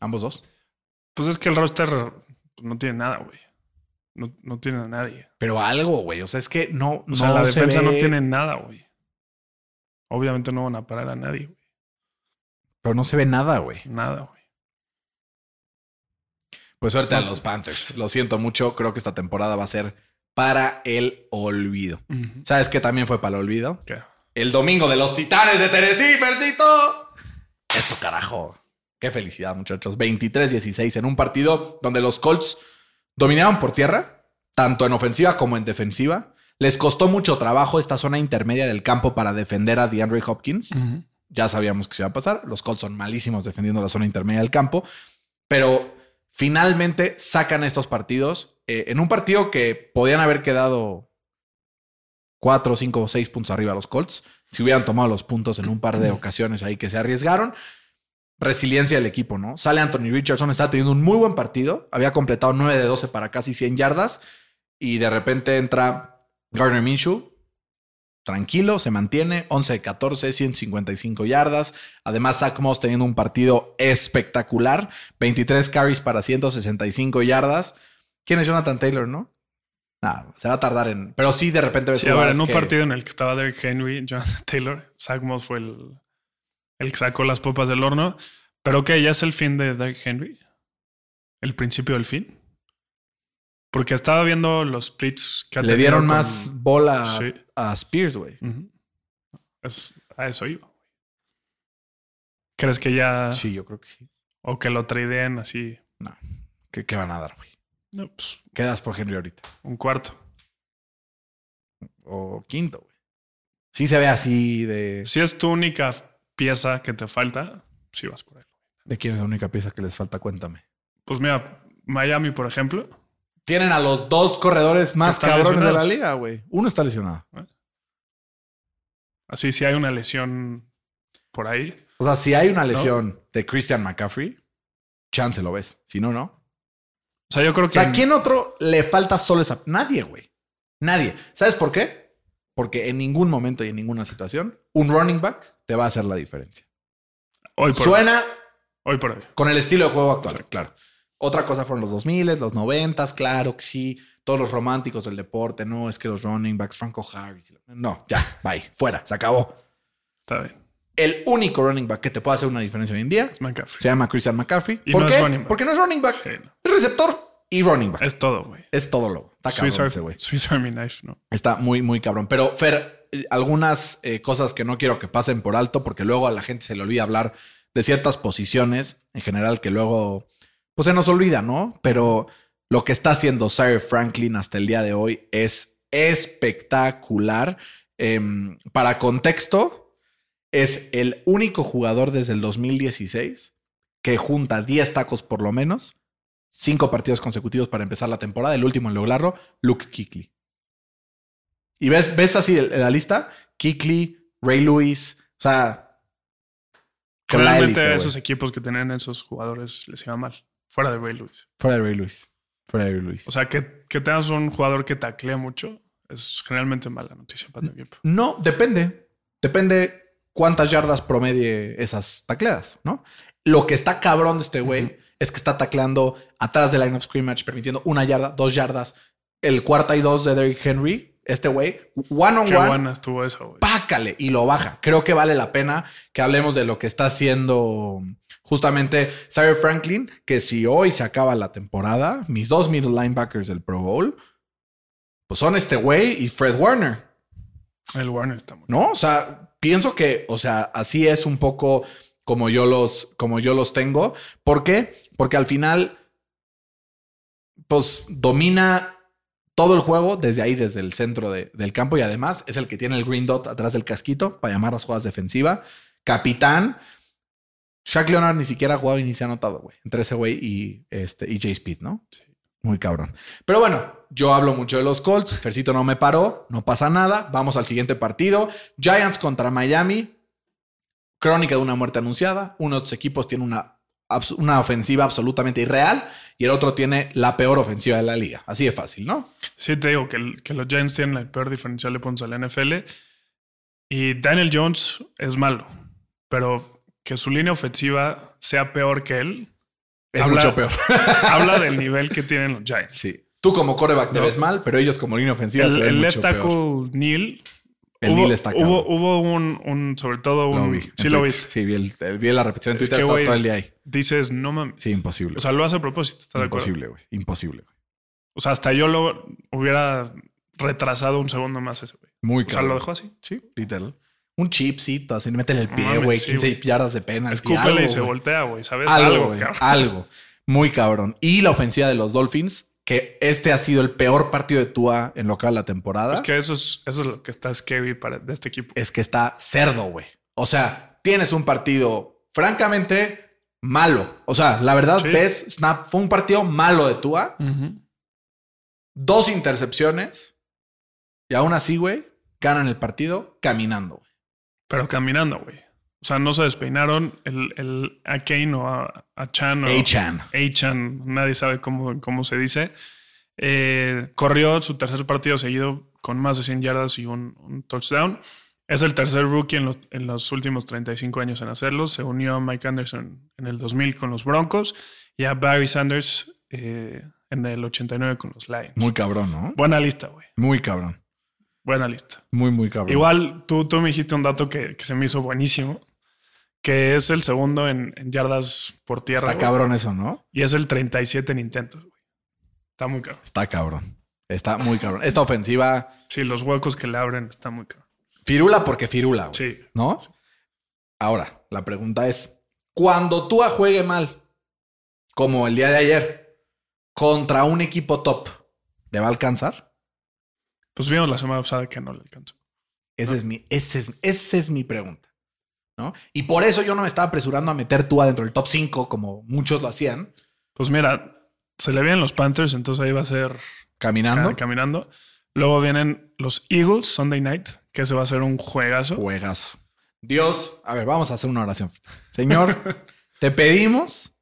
Speaker 4: ¿Ambos dos?
Speaker 5: Pues es que el roster pues, no tiene nada, güey. No, no tiene a nadie.
Speaker 4: Pero algo, güey. O sea, es que no.
Speaker 5: O sea, la
Speaker 4: se
Speaker 5: defensa no
Speaker 4: ve-
Speaker 5: tiene nada, güey. Obviamente no van a parar a nadie, güey.
Speaker 4: Pero no se ve nada, güey.
Speaker 5: Nada, güey.
Speaker 4: Pues suerte a los Panthers. Lo siento mucho. Creo que esta temporada va a ser para el olvido. ¿Sabes qué también fue para el olvido?
Speaker 5: ¿Qué?
Speaker 4: El domingo de los Titanes de Tennessee, Percito. Eso, carajo. Qué felicidad, muchachos. 23-16 en un partido donde los Colts dominaron por tierra, tanto en ofensiva como en defensiva. Les costó mucho trabajo esta zona intermedia del campo para defender a DeAndre Hopkins. Ya sabíamos que se iba a pasar. Los Colts son malísimos defendiendo la zona intermedia del campo, pero finalmente sacan estos partidos eh, en un partido que podían haber quedado 4, 5 o 6 puntos arriba a los Colts. Si hubieran tomado los puntos en un par de ocasiones ahí que se arriesgaron. Resiliencia del equipo, ¿no? Sale Anthony Richardson, está teniendo un muy buen partido. Había completado 9 de 12 para casi 100 yardas. Y de repente entra Gardner Minshew. Tranquilo, se mantiene. 11 de 14, 155 yardas. Además, Zach Moss teniendo un partido espectacular. 23 carries para 165 yardas. ¿Quién es Jonathan Taylor, no? Nada, se va a tardar en... Pero sí, de repente... ves
Speaker 5: Sí, a ver,
Speaker 4: jugadas
Speaker 5: en un
Speaker 4: que-
Speaker 5: partido en el que estaba Derrick Henry, Jonathan Taylor, Zach Moss fue el, el que sacó las popas del horno. Pero que ya es el fin de Derrick Henry. El principio del fin. Porque estaba viendo los splits que ha
Speaker 4: Le
Speaker 5: tenido
Speaker 4: dieron
Speaker 5: con-
Speaker 4: más bola
Speaker 5: Sí.
Speaker 4: a Spears, güey.
Speaker 5: Ujú. Es- a eso iba. güey. ¿Crees que ya.
Speaker 4: Sí, yo creo que sí.
Speaker 5: O que lo traden así.
Speaker 4: ¿Qué, qué van a dar, güey?
Speaker 5: No, pues,
Speaker 4: Quedas por Henry ahorita.
Speaker 5: un cuarto.
Speaker 4: O quinto, güey. Sí se ve así de...
Speaker 5: Si es tu única pieza que te falta, sí vas por él.
Speaker 4: ¿De quién es la única pieza que les falta? Cuéntame.
Speaker 5: Pues mira, Miami, por ejemplo.
Speaker 4: Tienen a los dos corredores más
Speaker 5: Que están
Speaker 4: cabrones de
Speaker 5: lesionados.
Speaker 4: la liga, güey. Uno está lesionado.
Speaker 5: Así, si hay una lesión por ahí,
Speaker 4: O sea, si hay una lesión de Christian McCaffrey, chance lo ves. Si no, no.
Speaker 5: O sea, yo creo
Speaker 4: O
Speaker 5: que.
Speaker 4: sea, ¿a quién otro le falta solo esa? Nadie, güey. Nadie. ¿Sabes por qué? Porque en ningún momento y en ninguna situación, un running back te va a hacer la diferencia.
Speaker 5: Hoy por hoy.
Speaker 4: Suena
Speaker 5: por hoy.
Speaker 4: Con el estilo de juego actual,
Speaker 5: Exacto.
Speaker 4: claro. Otra cosa fueron los 2000, los 90, claro que sí. Todos los románticos del deporte, no, es que los running backs, Franco Harris. No, ya, bye, fuera, se acabó.
Speaker 5: Está bien.
Speaker 4: El único running back que te puede hacer una diferencia hoy en día
Speaker 5: Es McCaffrey.
Speaker 4: se llama Christian McCaffrey.
Speaker 5: Y
Speaker 4: ¿Por
Speaker 5: no
Speaker 4: qué?
Speaker 5: es running back.
Speaker 4: Porque no es running back,
Speaker 5: Sí, no.
Speaker 4: es receptor y running back.
Speaker 5: Es todo, güey.
Speaker 4: Es todo lo. Está cabrón
Speaker 5: Swiss, Ar-
Speaker 4: ese güey.
Speaker 5: Swiss Army Knife, ¿no?
Speaker 4: Está muy, muy cabrón. Pero, Fer, eh, algunas eh, cosas que no quiero que pasen por alto, porque luego a la gente se le olvida hablar de ciertas posiciones en general que luego, pues se nos olvida, ¿no? Pero lo que está haciendo Cyrus Franklin hasta el día de hoy es espectacular. Em, para contexto, es el único jugador desde el 2016 que junta 10 tacos por lo menos, cinco partidos consecutivos para empezar la temporada, el último en lograrlo, Luke Kuechly. Y ves, ves así el- la lista: Kikli, Ray Lewis. O sea, con la
Speaker 5: Realmente
Speaker 4: élite,
Speaker 5: esos
Speaker 4: güey.
Speaker 5: equipos que tenían esos jugadores les iba mal. Fuera de Ray Lewis.
Speaker 4: fuera de Ray Lewis. Fuera de Ray Lewis.
Speaker 5: O sea, que, que tengas un jugador que taclea mucho es generalmente mala noticia para tu equipo.
Speaker 4: no, depende. Depende cuántas yardas promedie esas tacleadas, ¿no? Lo que está cabrón de este güey es que está tacleando atrás del line of scrimmage, permitiendo una yarda, dos yardas, el cuarta y dos de Derrick Henry. Este güey, one on
Speaker 5: Qué
Speaker 4: one,
Speaker 5: buena estuvo esa, güey.
Speaker 4: pácale y lo baja. Creo que vale la pena que hablemos de lo que está haciendo justamente Cyril Franklin, que si hoy se acaba la temporada, mis dos middle linebackers del Pro Bowl, pues son este güey y Fred Warner.
Speaker 5: El Warner está muy.
Speaker 4: ¿no? O sea, pienso que, o sea, así es un poco como yo los, como yo los tengo. ¿Por qué? Porque al final, pues domina todo el juego desde ahí, desde el centro de- del campo y además es el que tiene el green dot atrás del casquito para llamar las jugadas defensivas. Capitán. Shaq Leonard ni siquiera ha jugado y ni se ha anotado, güey. Entre ese güey y, este, y Jay Speed, ¿no? Muy cabrón. Pero bueno, yo hablo mucho de los Colts. Fercito no me paró. No pasa nada. Vamos al siguiente partido. Giants contra Miami. Crónica de una muerte anunciada. Uno de los equipos tiene una, abs- una ofensiva absolutamente irreal y el otro tiene la peor ofensiva de la liga. Así de fácil, ¿no?
Speaker 5: Sí, te digo que, el- que los Giants tienen el peor diferencial de puntos de la NFL. Y Daniel Jones es malo, pero que su línea ofensiva sea peor que él,
Speaker 4: Es
Speaker 5: Habla-
Speaker 4: mucho peor.
Speaker 5: habla del nivel que tienen los Giants.
Speaker 4: Sí. Tú como coreback te
Speaker 5: No.
Speaker 4: ves mal, pero ellos como línea ofensiva se
Speaker 5: El,
Speaker 4: ven
Speaker 5: el
Speaker 4: mucho
Speaker 5: left tackle
Speaker 4: peor.
Speaker 5: Neil.
Speaker 4: El
Speaker 5: hubo,
Speaker 4: Neil está cabrón.
Speaker 5: hubo, hubo un, un- sobre todo,
Speaker 4: Lo
Speaker 5: un.
Speaker 4: vi en
Speaker 5: sí,
Speaker 4: Twitter.
Speaker 5: lo viste.
Speaker 4: Sí, vi, el- el- vi la repetición en
Speaker 5: Es
Speaker 4: Twitter.
Speaker 5: que,
Speaker 4: estaba
Speaker 5: güey,
Speaker 4: todo el día ahí.
Speaker 5: Dices, no mames.
Speaker 4: Sí, imposible.
Speaker 5: O sea, lo hace a propósito, ¿estás de acuerdo?
Speaker 4: imposible, güey. Imposible. güey.
Speaker 5: O sea, hasta yo lo hubiera retrasado un segundo más ese güey.
Speaker 4: Muy
Speaker 5: O sea,
Speaker 4: cabrón.
Speaker 5: lo dejó así.
Speaker 4: Sí, literal. Un chipcito, así, métele el
Speaker 5: No
Speaker 4: pie,
Speaker 5: mames,
Speaker 4: güey,
Speaker 5: sí,
Speaker 4: 15
Speaker 5: güey.
Speaker 4: yardas de pena.
Speaker 5: Escúpele y se voltea, güey. ¿Sabes?
Speaker 4: Algo, güey,
Speaker 5: cabrón.
Speaker 4: algo. Muy cabrón. Y la ofensiva de los Dolphins, que este ha sido el peor partido de Tua en lo que va la temporada,
Speaker 5: Es que eso es, eso es lo que está scary para, de este equipo.
Speaker 4: está cerdo, güey. O sea, tienes un partido francamente malo. O sea, la verdad,
Speaker 5: Sí.
Speaker 4: ves, Snap, fue un partido malo de Tua. dos intercepciones y aún así, güey, ganan el partido caminando. güey.
Speaker 5: Pero caminando, güey. O sea, no se despeinaron. El, el, a Kane o a, a Chan o
Speaker 4: A-Chan.
Speaker 5: A-Chan, nadie sabe cómo, cómo se dice. Eh, corrió su tercer partido seguido con más de 100 yardas y un, un touchdown. Es el tercer rookie en, lo- en los últimos 35 años en hacerlo. Se unió a Mike Anderson en el 2000 con los Broncos y a Barry Sanders eh, en el 89 con los Lions.
Speaker 4: Muy cabrón, ¿no?
Speaker 5: Buena lista, güey.
Speaker 4: Muy cabrón.
Speaker 5: Buena lista.
Speaker 4: Muy, muy cabrón.
Speaker 5: Igual tú, tú me dijiste un dato que, que se me hizo buenísimo, que es el segundo en, en yardas por tierra.
Speaker 4: Está
Speaker 5: güey.
Speaker 4: cabrón eso, ¿no?
Speaker 5: Y es el 37 en intentos. güey. Está muy caro.
Speaker 4: Está cabrón. Está muy cabrón. Esta ofensiva
Speaker 5: Sí, los huecos que le abren está muy caro.
Speaker 4: firula porque firula, güey.
Speaker 5: Sí.
Speaker 4: ¿No? Ahora, la pregunta es, cuando Tua juegue mal, como el día de ayer, contra un equipo top, ¿le va a alcanzar?
Speaker 5: Pues vimos la semana pasada que no le alcanzó.
Speaker 4: Esa es mi, ese es, esa es mi pregunta. ¿No? Y por eso yo no me estaba apresurando a meter Tua dentro del top 5, como muchos lo hacían,
Speaker 5: Pues mira, se le vienen los Panthers, entonces ahí va a ser ca-
Speaker 4: caminando.
Speaker 5: caminando. Luego vienen los Eagles Sunday Night, que ese va a ser un juegazo.
Speaker 4: Juegazo. Dios, a ver, vamos a hacer una oración. Señor, te pedimos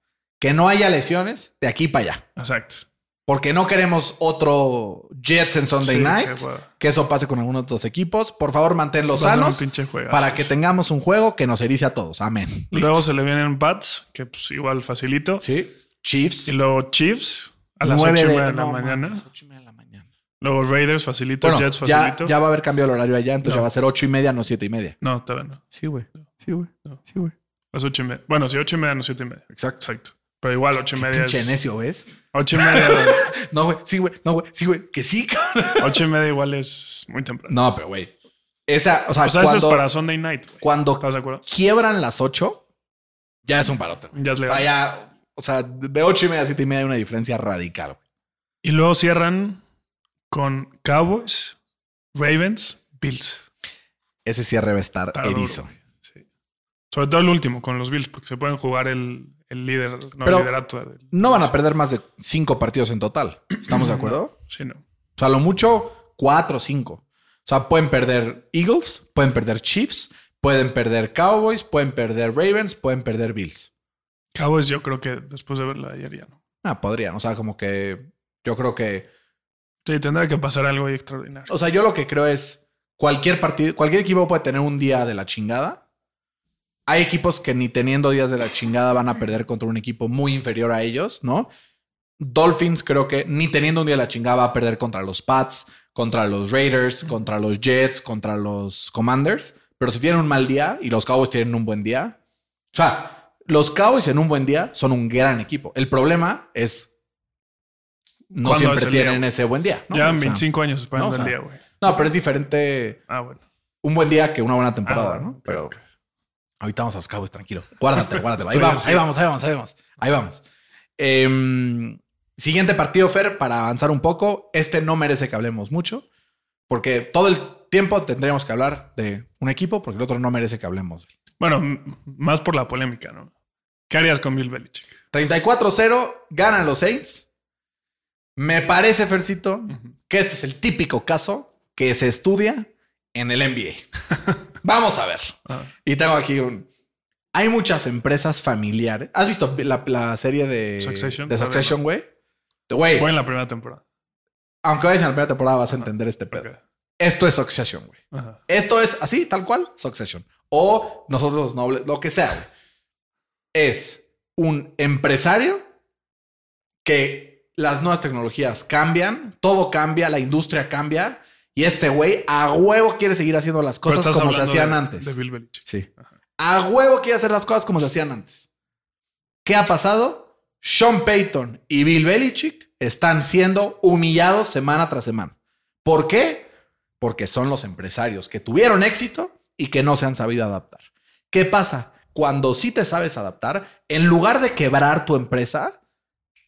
Speaker 4: que no haya lesiones de aquí para allá,
Speaker 5: Exacto.
Speaker 4: porque no queremos otro Jets en Sunday
Speaker 5: Sí,
Speaker 4: Night,
Speaker 5: qué hueva.
Speaker 4: que eso pase con algunos otros equipos. Por favor, manténlos
Speaker 5: Va a ser un
Speaker 4: sanos
Speaker 5: pinche juegazo.
Speaker 4: para que tengamos un juego que nos erice a todos. Amén. Listo.
Speaker 5: Luego se le vienen Bats, que pues igual facilito.
Speaker 4: sí. Chiefs.
Speaker 5: Y luego Chiefs a las
Speaker 4: nueve
Speaker 5: 8 y media de la
Speaker 4: no,
Speaker 5: mañana.
Speaker 4: mames, ocho y media de la mañana.
Speaker 5: Luego Raiders facilito,
Speaker 4: Bueno,
Speaker 5: Jets
Speaker 4: ya,
Speaker 5: facilito.
Speaker 4: ya va a haber cambio el horario allá, entonces
Speaker 5: No.
Speaker 4: ya va a ser ocho y media, no siete y media.
Speaker 5: No, todavía no.
Speaker 4: Sí, güey. Sí, güey.
Speaker 5: No.
Speaker 4: Sí, güey.
Speaker 5: Las 8 y media. Bueno, sí, 8 y media, no 7 y media.
Speaker 4: Exacto.
Speaker 5: Exacto. Pero igual 8 y media
Speaker 4: Pinche
Speaker 5: es.
Speaker 4: necio, ¿ves?
Speaker 5: 8 y media.
Speaker 4: No, güey. Sí, güey. No, güey. Sí, güey. Que sí, cabrón.
Speaker 5: 8 y media igual es muy temprano.
Speaker 4: No, pero güey. Esa, o sea,
Speaker 5: o sea,
Speaker 4: cuando,
Speaker 5: eso es para Sunday night. güey.
Speaker 4: cuando
Speaker 5: ¿Estás de acuerdo?
Speaker 4: quiebran las 8, ya es un parote. güey.
Speaker 5: Ya es
Speaker 4: O sea,
Speaker 5: legal.
Speaker 4: ya, o sea, de 8 y media a 7 y media hay una diferencia radical. güey.
Speaker 5: Y luego cierran con Cowboys, Ravens, Bills.
Speaker 4: Ese cierre va a estar
Speaker 5: Está duro,
Speaker 4: erizo.
Speaker 5: güey. Sí. Sobre todo el último con los Bills, porque se pueden jugar el, el líder, no
Speaker 4: Pero
Speaker 5: el liderato. del-
Speaker 4: No van a perder más de 5 partidos en total. ¿Estamos de acuerdo?
Speaker 5: Sí, no.
Speaker 4: O sea, lo mucho 4 o 5. O sea, pueden perder Eagles, pueden perder Chiefs, pueden perder Cowboys, pueden perder Ravens, pueden perder Bills.
Speaker 5: Cowboys, yo creo que después de verla ayer ya no.
Speaker 4: Ah, podrían. O sea, como que yo creo que
Speaker 5: Sí, tendrá que pasar algo ahí extraordinario.
Speaker 4: O sea, yo lo que creo es Cualquier partido, cualquier equipo puede tener un día de la chingada. Hay equipos que ni teniendo días de la chingada van a perder contra un equipo muy inferior a ellos, ¿no? Dolphins creo que ni teniendo un día de la chingada va a perder contra los Pats, contra los Raiders, contra los Jets, contra los Commanders. Pero si tienen un mal día y los Cowboys tienen un buen día, o sea, los Cowboys en un buen día son un gran equipo. El problema es no
Speaker 5: ¿Cuándo
Speaker 4: siempre
Speaker 5: es el día,
Speaker 4: tienen
Speaker 5: güey?
Speaker 4: ese buen día. ¿no?
Speaker 5: ya
Speaker 4: O
Speaker 5: en
Speaker 4: sea,
Speaker 5: 25 años se
Speaker 4: no,
Speaker 5: ponen
Speaker 4: o
Speaker 5: del
Speaker 4: sea,
Speaker 5: día, güey.
Speaker 4: No, pero es diferente
Speaker 5: Ah, bueno.
Speaker 4: un buen día que una buena temporada,
Speaker 5: Ah,
Speaker 4: ¿no?
Speaker 5: ok,
Speaker 4: Pero
Speaker 5: ok.
Speaker 4: ahorita vamos a los Cowboys, tranquilo. Guárdate, guárdate. Ahí
Speaker 5: Estoy
Speaker 4: vamos,
Speaker 5: así.
Speaker 4: ahí vamos, ahí vamos, ahí vamos. Ahí vamos. Em, siguiente partido, Fer, para avanzar un poco. Este no merece que hablemos mucho, porque todo el tiempo tendríamos que hablar de un equipo, porque el otro no merece que hablemos.
Speaker 5: Bueno, m- más por la polémica, ¿no? ¿Qué harías con Bill Belichick?
Speaker 4: 34-0, ganan los Saints. Me parece, Fercito, que este es el típico caso que se estudia en el NBA. Vamos a ver.
Speaker 5: Ah,
Speaker 4: Y tengo aquí un... Hay muchas empresas familiares. ¿Has visto la, la serie de
Speaker 5: Succession?
Speaker 4: De
Speaker 5: Todavía
Speaker 4: Succession, güey. Güey,
Speaker 5: Voy en la primera temporada.
Speaker 4: aunque vayas en la primera temporada vas a entender este pedo.
Speaker 5: Ok.
Speaker 4: Esto es Succession, güey.
Speaker 5: Ajá.
Speaker 4: Esto es así, tal cual, Succession. O nosotros los nobles, lo que sea. güey. Es un empresario que las nuevas tecnologías cambian, todo cambia, la industria cambia. Y este güey a huevo quiere seguir haciendo las
Speaker 5: Pero
Speaker 4: cosas
Speaker 5: estás
Speaker 4: como se
Speaker 5: hablando
Speaker 4: hacían
Speaker 5: de-
Speaker 4: antes.
Speaker 5: De Bill Belichick.
Speaker 4: Sí. A huevo quiere hacer las cosas como se hacían antes. ¿Qué ha pasado? Sean Payton y Bill Belichick están siendo humillados semana tras semana. ¿Por qué? Porque son los empresarios que tuvieron éxito y que no se han sabido adaptar. ¿Qué pasa? Cuando sí te sabes adaptar, en lugar de quebrar tu empresa,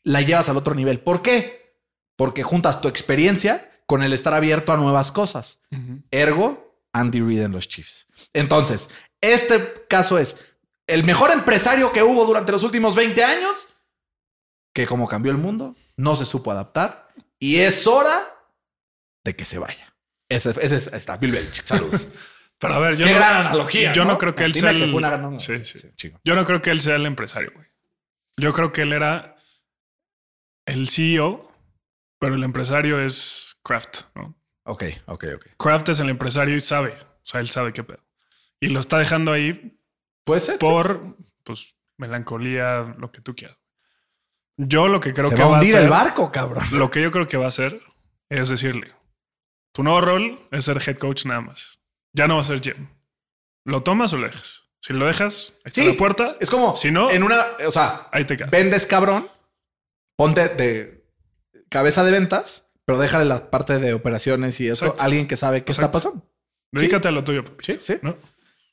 Speaker 4: la llevas al otro nivel. ¿Por qué? Porque juntas tu experiencia con el estar abierto a nuevas cosas.
Speaker 5: Ujú.
Speaker 4: Ergo, Andy Reid en los Chiefs. Entonces, este caso es el mejor empresario que hubo durante los últimos 20 años, que como cambió el mundo, no se supo adaptar y es hora de que se vaya. Ese, ese es está Bill Belichick. Saludos.
Speaker 5: Pero a ver, yo
Speaker 4: Qué
Speaker 5: no,
Speaker 4: gran analogía.
Speaker 5: Yo no, creo que él
Speaker 4: Dime
Speaker 5: sea el,
Speaker 4: fue una gran analogía.
Speaker 5: Sí, sí.
Speaker 4: chico.
Speaker 5: Yo no creo que él sea el empresario, güey. Yo creo que él era el CEO, pero el empresario es Kraft, ¿no?
Speaker 4: Ok, ok, ok.
Speaker 5: Kraft es el empresario y sabe, o sea, él sabe qué pedo. Y lo está dejando ahí
Speaker 4: Puede ser.
Speaker 5: por, pues, melancolía, lo que tú quieras. Yo lo que creo
Speaker 4: se
Speaker 5: que
Speaker 4: va a
Speaker 5: va a
Speaker 4: hundir
Speaker 5: hacer,
Speaker 4: el barco, cabrón.
Speaker 5: lo que yo creo que va a hacer es decirle, tu nuevo rol es ser head coach nada más. Ya no va a ser GM. ¿Lo tomas o lo dejas? Si lo dejas, ahí está
Speaker 4: Sí,
Speaker 5: la puerta,
Speaker 4: Es como
Speaker 5: Si no-
Speaker 4: en una, o sea,
Speaker 5: ahí te quedas.
Speaker 4: vendes cabrón, ponte de cabeza de ventas, pero déjale la parte de operaciones y eso
Speaker 5: Exacto.
Speaker 4: a alguien que sabe qué está
Speaker 5: Exacto.
Speaker 4: pasando.
Speaker 5: Dedícate a lo tuyo, papito,
Speaker 4: Sí, sí.
Speaker 5: ¿no?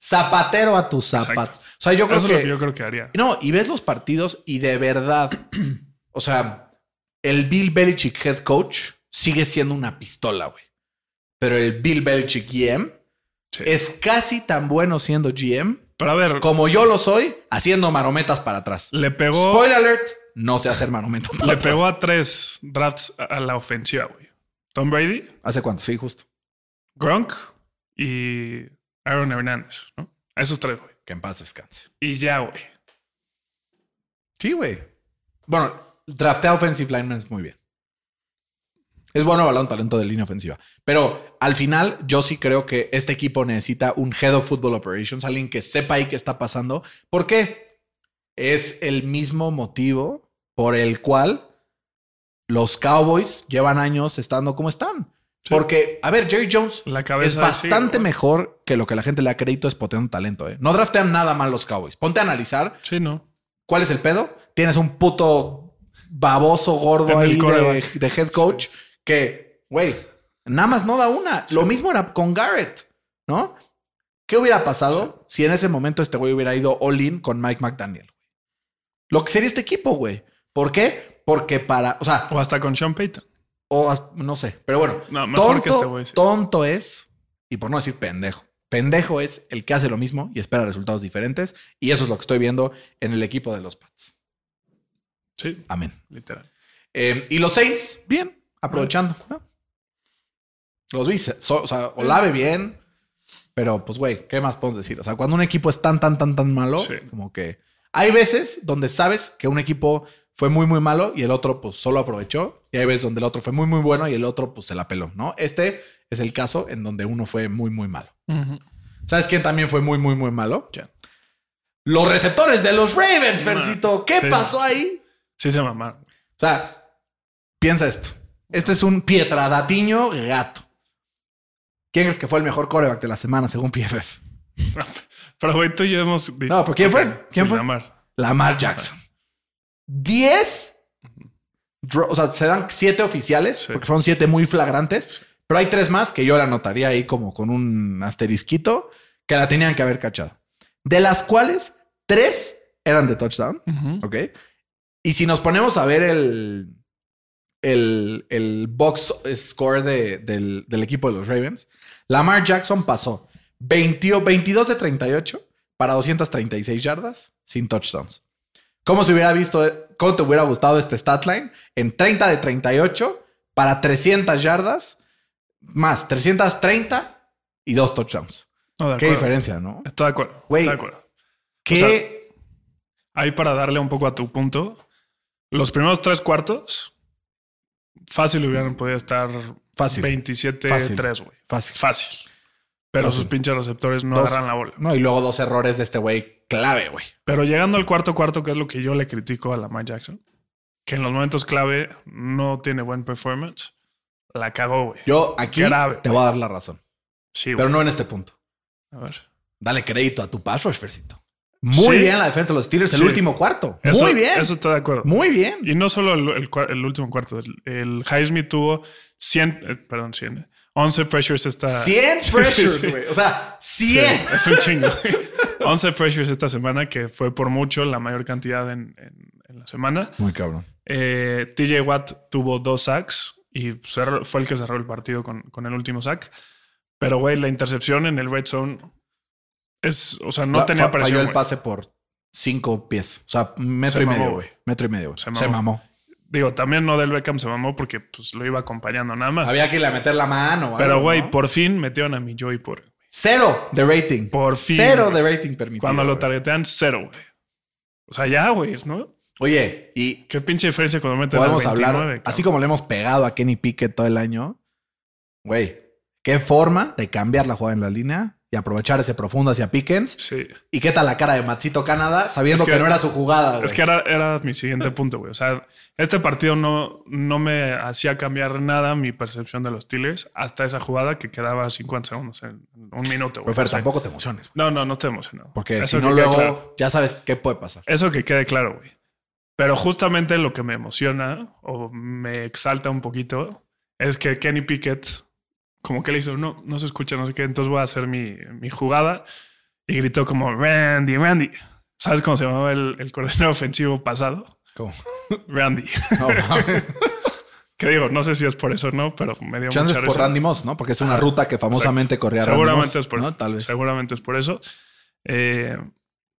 Speaker 4: Zapatero a tus zapatos. O sea, yo creo
Speaker 5: Eso
Speaker 4: que,
Speaker 5: es lo que yo creo que haría.
Speaker 4: no, y ves los partidos y de verdad, o sea, el Bill Belichick head coach sigue siendo una pistola, güey. Pero el Bill Belichick GM
Speaker 5: Sí.
Speaker 4: es casi tan bueno siendo GM
Speaker 5: Pero a ver,
Speaker 4: como yo lo soy haciendo marometas para atrás.
Speaker 5: le pegó,
Speaker 4: Spoiler alert, no sé hacer marometas para
Speaker 5: le
Speaker 4: atrás.
Speaker 5: pegó a tres drafts a- a la ofensiva, güey. Tom Brady,
Speaker 4: ¿Hace cuánto? Sí, justo.
Speaker 5: Gronk y Aaron Hernández, ¿no? A esos tres, güey.
Speaker 4: Que en paz descanse.
Speaker 5: Y ya, güey.
Speaker 4: Sí, güey. Bueno, draftea offensive linemen muy bien. Es bueno hablar un talento de línea ofensiva. Pero al final, yo sí creo que este equipo necesita un head of football operations, alguien que sepa ahí qué está pasando. ¿Por qué? Es el mismo motivo por el cual los Cowboys llevan años estando como están.
Speaker 5: Sí.
Speaker 4: Porque, a ver, Jerry Jones
Speaker 5: La
Speaker 4: es
Speaker 5: cabeza sí,
Speaker 4: bastante
Speaker 5: güey.
Speaker 4: mejor que lo que la gente le da crédito es potenciando talento. ¿eh? No draftean nada mal los Cowboys. Ponte a analizar
Speaker 5: Sí, no.
Speaker 4: ¿Cuál es el pedo? Tienes un puto baboso gordo
Speaker 5: En el
Speaker 4: ahí de,
Speaker 5: coreback.
Speaker 4: de head coach que, güey, nada más no da una. Lo mismo era con Garrett, ¿no? ¿Qué hubiera pasado si en ese momento este güey hubiera ido all in con Mike McDaniel? Lo que sería este equipo, güey. ¿Por qué? Porque para, o sea,
Speaker 5: O hasta con Sean Payton.
Speaker 4: o as- no sé, pero bueno,
Speaker 5: No, mejor
Speaker 4: tonto,
Speaker 5: que este güey. sí.
Speaker 4: tonto es, y por no decir pendejo, pendejo es el que hace lo mismo y espera resultados diferentes, y eso es lo que estoy viendo en el equipo de los Pats.
Speaker 5: Sí,
Speaker 4: Amén.
Speaker 5: literal.
Speaker 4: Eh, y los Saints, bien, aprovechando. ¿no? Los vi, so- o sea, Olave bien, pero pues, güey, ¿qué más podemos decir? O sea, cuando un equipo es tan, tan, tan, tan malo,
Speaker 5: Sí.
Speaker 4: como que hay veces donde sabes que un equipo fue muy, muy malo y el otro, pues, solo aprovechó. Y hay veces donde el otro fue muy, muy bueno y el otro, pues, se la peló, ¿no? Este es el caso en donde uno fue muy, muy malo.
Speaker 5: Ujú.
Speaker 4: ¿Sabes quién también fue muy, muy, muy malo? Los receptores de los Ravens,
Speaker 5: Nah,
Speaker 4: Fercito. ¿Qué
Speaker 5: sí.
Speaker 4: pasó ahí?
Speaker 5: Sí se mamaron.
Speaker 4: O sea, piensa esto. Este es un pietradatiño gato. ¿Quién crees que fue el mejor coreback de la semana según PFF?
Speaker 5: Pero güey, tú y yo hemos...
Speaker 4: No, pero ¿quién fue? ¿Quién
Speaker 5: Sí,
Speaker 4: fue?
Speaker 5: Lamar.
Speaker 4: Lamar Jackson. 10. dro- O sea, se dan siete oficiales,
Speaker 5: Sí.
Speaker 4: porque fueron siete muy flagrantes, pero hay tres más que yo la anotaría ahí como con un asterisquito que la tenían que haber cachado. De las cuales tres eran de touchdown,
Speaker 5: Ujú.
Speaker 4: ¿ok? Y si nos ponemos a ver el, el, el box score de- del, del equipo de los Ravens, Lamar Jackson pasó 20 22 de 38 para 236 yardas sin touchdowns. ¿Cómo se hubiera visto, cómo te hubiera gustado este statline? En 30 de 38 para 300 yardas, más 330 y dos touchdowns.
Speaker 5: No, de
Speaker 4: Qué
Speaker 5: acuerdo.
Speaker 4: diferencia, ¿no?
Speaker 5: Estoy de acuerdo.
Speaker 4: Güey.
Speaker 5: Estoy de acuerdo.
Speaker 4: Qué
Speaker 5: sea, Ahí para darle un poco a tu punto, los primeros tres cuartos fácil hubieran podido estar
Speaker 4: Fácil.
Speaker 5: 27-3, güey.
Speaker 4: fácil.
Speaker 5: Fácil. Pero
Speaker 4: Fácil.
Speaker 5: sus pinches receptores no
Speaker 4: Dos.
Speaker 5: agarran la bola.
Speaker 4: No, y luego dos errores de este güey clave, güey.
Speaker 5: Pero llegando al cuarto cuarto, que es lo que yo le critico a Lamar Jackson, que en los momentos clave no tiene buen performance, la cagó, güey.
Speaker 4: Yo aquí
Speaker 5: Grave,
Speaker 4: te voy a dar la razón,
Speaker 5: Sí,
Speaker 4: pero
Speaker 5: güey.
Speaker 4: no en este punto.
Speaker 5: A ver.
Speaker 4: Dale crédito a tu pass rush, Fercito. Muy
Speaker 5: Sí.
Speaker 4: bien la defensa de los Steelers
Speaker 5: Sí.
Speaker 4: el último cuarto.
Speaker 5: Eso-
Speaker 4: muy bien.
Speaker 5: Eso estoy de acuerdo.
Speaker 4: Muy bien.
Speaker 5: Y no solo el, el cua- el último cuarto. El, el Highsmith tuvo 100, eh, perdón, 100, eh, 11 pressures esta...
Speaker 4: 100
Speaker 5: ah, Sí, sí,
Speaker 4: pressures,
Speaker 5: sí.
Speaker 4: güey. O sea,
Speaker 5: Sí,
Speaker 4: 100.
Speaker 5: es un chingo. 11 pressures esta semana, que fue por mucho la mayor cantidad en, en- en la semana.
Speaker 4: Muy cabrón.
Speaker 5: Eh, TJ Watt tuvo dos sacks y cerró- fue el que cerró el partido con, con el último sack. Pero, güey, la intercepción en el red zone es, o sea, no
Speaker 4: La-
Speaker 5: tenía
Speaker 4: fa- Falló
Speaker 5: presión.
Speaker 4: el
Speaker 5: güey.
Speaker 4: pase por cinco pies. O sea, metro
Speaker 5: Se
Speaker 4: y
Speaker 5: mamó,
Speaker 4: medio,
Speaker 5: güey.
Speaker 4: güey. Metro y medio, güey.
Speaker 5: Se
Speaker 4: Se,
Speaker 5: mamó.
Speaker 4: mamó.
Speaker 5: Digo, también no del Beckham se mamó porque pues, lo iba acompañando nada más.
Speaker 4: Había que ir a meter la mano. o
Speaker 5: Ah, Pero,
Speaker 4: algo,
Speaker 5: güey,
Speaker 4: ¿no?
Speaker 5: por fin metieron a mi Joy por.
Speaker 4: Cero de rating.
Speaker 5: Por fin,
Speaker 4: Cero
Speaker 5: güey.
Speaker 4: de rating permitido.
Speaker 5: Cuando lo
Speaker 4: güey.
Speaker 5: targetean, cero, güey. O sea, ya, güey, ¿no?
Speaker 4: Oye, y
Speaker 5: Qué pinche diferencia cuando meten al
Speaker 4: podemos
Speaker 5: 29.
Speaker 4: hablar,
Speaker 5: cabrón.
Speaker 4: así como le hemos pegado a Kenny Pickett todo el año, güey, qué forma de cambiar la jugada en la línea y aprovechar ese profundo hacia Pickens.
Speaker 5: Sí.
Speaker 4: ¿Y qué tal la cara de Matsito Canadá sabiendo
Speaker 5: Es que-
Speaker 4: que, no era su jugada? güey?
Speaker 5: Es que era, era mi siguiente punto, güey. O sea, este partido no, no me hacía cambiar nada mi percepción de los Steelers hasta esa jugada que quedaba 50 segundos en un minuto, güey.
Speaker 4: Pero, Fer,
Speaker 5: O sea,
Speaker 4: tampoco te emociones, güey,
Speaker 5: No, no, no estoy emocionado.
Speaker 4: porque
Speaker 5: Eso
Speaker 4: si no
Speaker 5: que quede
Speaker 4: luego
Speaker 5: claro.
Speaker 4: ya sabes qué puede pasar.
Speaker 5: Eso que quede claro, güey. Pero justamente lo que me emociona o me exalta un poquito es que Kenny Pickett, como que le hizo, no, no se escucha, no sé qué, entonces voy a hacer mi, mi jugada. Y gritó como, Randy, Randy. ¿Sabes cómo se llamaba el, el coordinador ofensivo pasado?
Speaker 4: ¿Cómo?
Speaker 5: Randy.
Speaker 4: No, mames.
Speaker 5: Que digo, no sé si es por eso o no, pero me dio
Speaker 4: Chances
Speaker 5: mucha
Speaker 4: por
Speaker 5: risa.
Speaker 4: Randy Moss, ¿no? Porque es una
Speaker 5: Ajá.
Speaker 4: ruta que famosamente corría Randy
Speaker 5: Seguramente
Speaker 4: Moss,
Speaker 5: es por
Speaker 4: ¿no? Tal vez.
Speaker 5: Seguramente es por eso. Eh,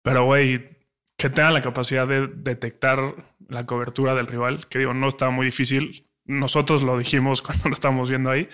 Speaker 5: pero, güey, que tengan la capacidad de detectar la cobertura del rival, que digo, no estaba muy difícil. Nosotros lo dijimos cuando lo estábamos viendo ahí,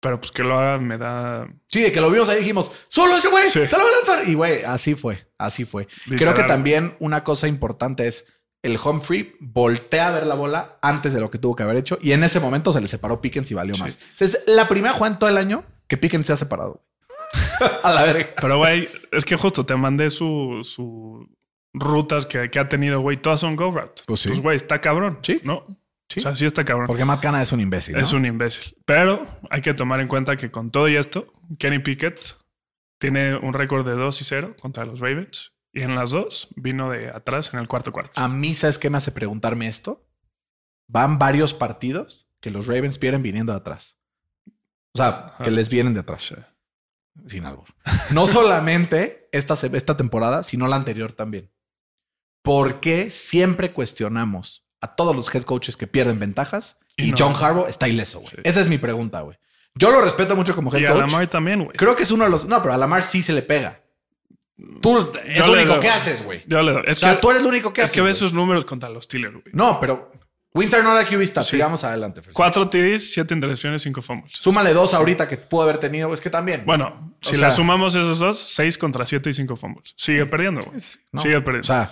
Speaker 5: pero pues que lo hagan me da.
Speaker 4: Sí, de que lo vimos ahí dijimos, solo ese güey,
Speaker 5: Sí.
Speaker 4: se lo va a lanzar. Y güey, así fue, así fue.
Speaker 5: Literal.
Speaker 4: Creo que también una cosa importante es el Humphrey voltea a ver la bola antes de lo que tuvo que haber hecho y en ese momento se le separó Pickens y valió
Speaker 5: Sí.
Speaker 4: más. O sea, es la primera jugada en todo el año que Pickens se ha separado. a la verga.
Speaker 5: Pero, güey, es que justo te mandé su, su rutas que, que ha tenido, güey, todas son go route.
Speaker 4: Pues sí.
Speaker 5: Pues, güey, está cabrón.
Speaker 4: Sí.
Speaker 5: ¿No?
Speaker 4: Sí.
Speaker 5: O sea, sí está cabrón.
Speaker 4: Porque Matt Cana es un imbécil. ¿no?
Speaker 5: Es un imbécil. Pero hay que tomar en cuenta que con todo y esto, Kenny Pickett tiene un récord de 2 y 0 contra los Ravens. Y en las dos vino de atrás en el cuarto cuarto.
Speaker 4: A mí, ¿sabes qué me hace preguntarme esto? Van varios partidos que los Ravens pierden viniendo de atrás. O sea,
Speaker 5: Ajá.
Speaker 4: que les vienen de atrás.
Speaker 5: Sí.
Speaker 4: Sin albur. No solamente esta, se- esta temporada, sino la anterior también. ¿Por qué siempre cuestionamos a todos los head coaches que pierden ventajas
Speaker 5: Y
Speaker 4: y,
Speaker 5: no.
Speaker 4: John Harbaugh está ileso, güey?
Speaker 5: Sí.
Speaker 4: Esa es mi pregunta, güey. Yo lo respeto mucho como head
Speaker 5: Y a
Speaker 4: coach.
Speaker 5: Lamar también, güey.
Speaker 4: Creo que es uno de los... No, pero a Lamar sí se le pega. Tú es
Speaker 5: Yo
Speaker 4: lo
Speaker 5: le
Speaker 4: único
Speaker 5: doy.
Speaker 4: que haces, güey.
Speaker 5: Yo le doy.
Speaker 4: O
Speaker 5: Es
Speaker 4: sea,
Speaker 5: que,
Speaker 4: tú eres lo único que
Speaker 5: es
Speaker 4: haces.
Speaker 5: que ves
Speaker 4: güey.
Speaker 5: sus números contra los Steelers, güey.
Speaker 4: No, pero... Winston no era QB stat.
Speaker 5: Sí.
Speaker 4: Sigamos adelante. Fer.
Speaker 5: Cuatro TDs, siete intercepciones, cinco fumbles.
Speaker 4: Súmale dos ahorita que pudo haber tenido. Es que también...
Speaker 5: Bueno, si
Speaker 4: sea-
Speaker 5: la sumamos esos dos, seis contra siete y cinco fumbles. Sigue perdiendo, güey.
Speaker 4: ¿no?
Speaker 5: Sigue
Speaker 4: O
Speaker 5: perdiendo.
Speaker 4: sea,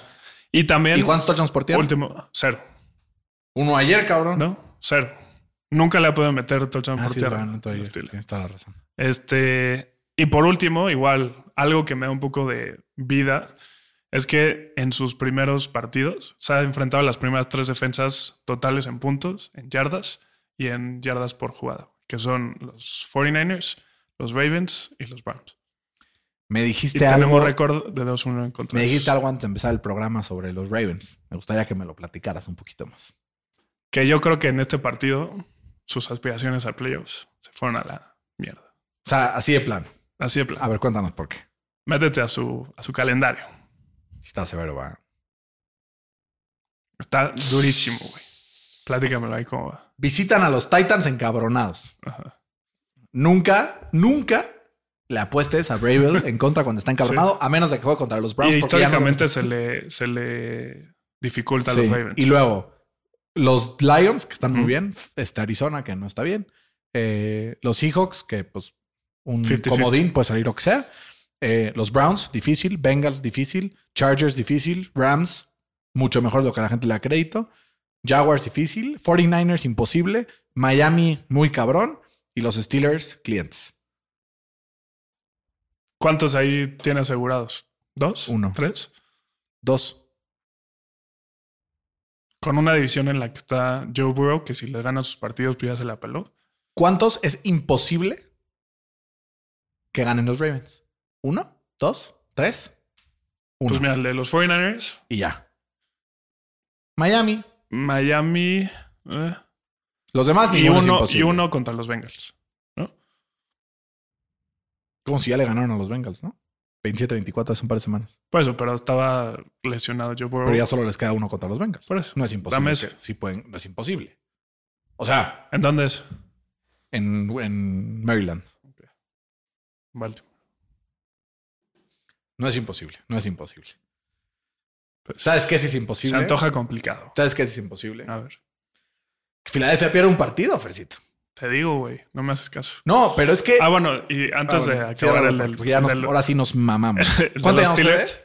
Speaker 5: y también,
Speaker 4: ¿y cuántos touchdowns por tierra?
Speaker 5: último, cero.
Speaker 4: Uno ayer, cabrón.
Speaker 5: ¿No? Cero. Nunca le ha podido meter touchdown
Speaker 4: Ah,
Speaker 5: por
Speaker 4: sí, es
Speaker 5: tierra.
Speaker 4: verdad, no te oí.
Speaker 5: los Steelers.
Speaker 4: Tienes toda la razón.
Speaker 5: Este, y por último, igual, algo que me da un poco de vida es que en sus primeros partidos se ha enfrentado a las primeras tres defensas totales en puntos, en yardas y en yardas por jugada, que son los 49ers, los Ravens y los Browns.
Speaker 4: Me
Speaker 5: Y
Speaker 4: dijiste algo.
Speaker 5: tenemos récord de 2-1 en contra.
Speaker 4: Me
Speaker 5: de esos.
Speaker 4: dijiste algo antes de empezar el programa sobre los Ravens. Me gustaría que me lo platicaras un poquito más.
Speaker 5: Que yo creo que en este partido sus aspiraciones a playoffs se fueron a la mierda.
Speaker 4: O sea, así de plano.
Speaker 5: Así de plan.
Speaker 4: A ver, cuéntanos por qué.
Speaker 5: Métete a su, a su calendario.
Speaker 4: Está severo, va.
Speaker 5: Está durísimo, güey. Platícamelo ahí cómo va.
Speaker 4: Visitan a los Titans encabronados.
Speaker 5: Ajá.
Speaker 4: Nunca, nunca le apuestes a Bravel en contra cuando está encabronado, a menos de que juegue contra los Browns.
Speaker 5: y
Speaker 4: porque ya nos
Speaker 5: históricamente se le, se le dificulta a
Speaker 4: Sí,
Speaker 5: los Ravens.
Speaker 4: Y luego, los Lions, que están muy
Speaker 5: Ujú.
Speaker 4: bien, este Arizona, que no está bien, eh, los Seahawks, que pues un
Speaker 5: 50-50.
Speaker 4: comodín puede salir lo que sea, eh, los Browns, difícil, Bengals, difícil, Chargers, difícil, Rams, mucho mejor de lo que a la gente le da crédito, Jaguars, difícil, 49ers, imposible, Miami, muy cabrón, y los Steelers, clientes.
Speaker 5: ¿Cuántos ahí tiene asegurados? ¿Dos?
Speaker 4: Uno.
Speaker 5: ¿Tres?
Speaker 4: Dos.
Speaker 5: Con una división en la que está Joe Burrow, que si le gana sus partidos, pues ya se la peló.
Speaker 4: ¿Cuántos es imposible que ganen los Ravens? ¿Uno? ¿Dos? ¿Tres? Uno.
Speaker 5: Pues mira, de los 49ers,
Speaker 4: Y ya. Miami.
Speaker 5: Miami eh,
Speaker 4: Los demás
Speaker 5: y,
Speaker 4: ninguno es
Speaker 5: uno, y
Speaker 4: imposible.
Speaker 5: uno contra los Bengals.
Speaker 4: Como si ya le ganaron a los Bengals, ¿no? 27-24 hace un par de semanas.
Speaker 5: Por eso, pero estaba lesionado Joe Burrow.
Speaker 4: Pero ya solo les queda uno contra los Bengals.
Speaker 5: Por eso.
Speaker 4: No es imposible.
Speaker 5: Dame ese.
Speaker 4: que- sí pueden, no es imposible. O sea,
Speaker 5: ¿En dónde es?
Speaker 4: en, en Maryland.
Speaker 5: Baltimore.
Speaker 4: No es imposible. No es imposible.
Speaker 5: Pues,
Speaker 4: ¿Sabes qué sí ¿eh? es
Speaker 5: Se
Speaker 4: imposible?
Speaker 5: antoja complicado.
Speaker 4: ¿Sabes qué sí es imposible?
Speaker 5: A ver,
Speaker 4: Que Filadelfia pierda un partido, Fercito.
Speaker 5: te digo, güey, no me haces caso.
Speaker 4: No, pero es que.
Speaker 5: Ah, bueno, y antes
Speaker 4: Eh, Ah, bueno,
Speaker 5: de acabar
Speaker 4: ciérralo,
Speaker 5: el,
Speaker 4: porque
Speaker 5: el-
Speaker 4: ya nos-
Speaker 5: del-
Speaker 4: ahora sí nos mamamos.
Speaker 5: de
Speaker 4: ¿Cuánto llevamos,
Speaker 5: los
Speaker 4: Fede?
Speaker 5: Steelers.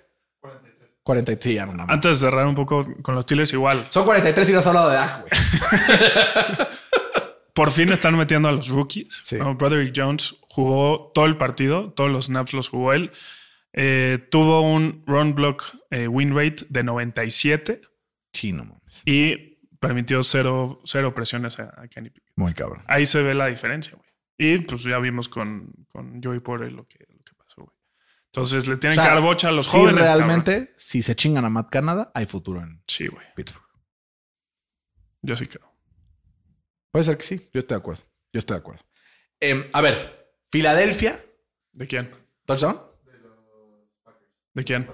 Speaker 4: 43. Sí, ya nos mamamos.
Speaker 5: Antes de cerrar un poco con los Steelers, igual.
Speaker 4: Son 43 y no has hablado de Dak, güey.
Speaker 5: Por fin están metiendo a los rookies.
Speaker 4: Sí.
Speaker 5: ¿no? Broderick Jones jugó todo el partido, todos los snaps los jugó él. Eh, tuvo un run block eh, win rate de 97
Speaker 4: Sí, no mames.
Speaker 5: y permitió cero, cero presiones a, a Kenny Pickett.
Speaker 4: Muy cabrón.
Speaker 5: Ahí se ve la diferencia, güey. Y pues ya vimos con, con Joey Porter lo que, lo que pasó, güey. Entonces le tienen
Speaker 4: O sea,
Speaker 5: que dar bocha a los
Speaker 4: sí,
Speaker 5: jóvenes. cabrón.
Speaker 4: realmente, si se chingan a Matt Canada, hay futuro en
Speaker 5: Sí, güey.
Speaker 4: Pittsburgh.
Speaker 5: Yo sí creo.
Speaker 4: Puede ser que sí. Yo estoy de acuerdo. Yo estoy de acuerdo. Em, a ver, Filadelfia,
Speaker 5: ¿De quién?
Speaker 4: touchdown.
Speaker 5: ¿De quién?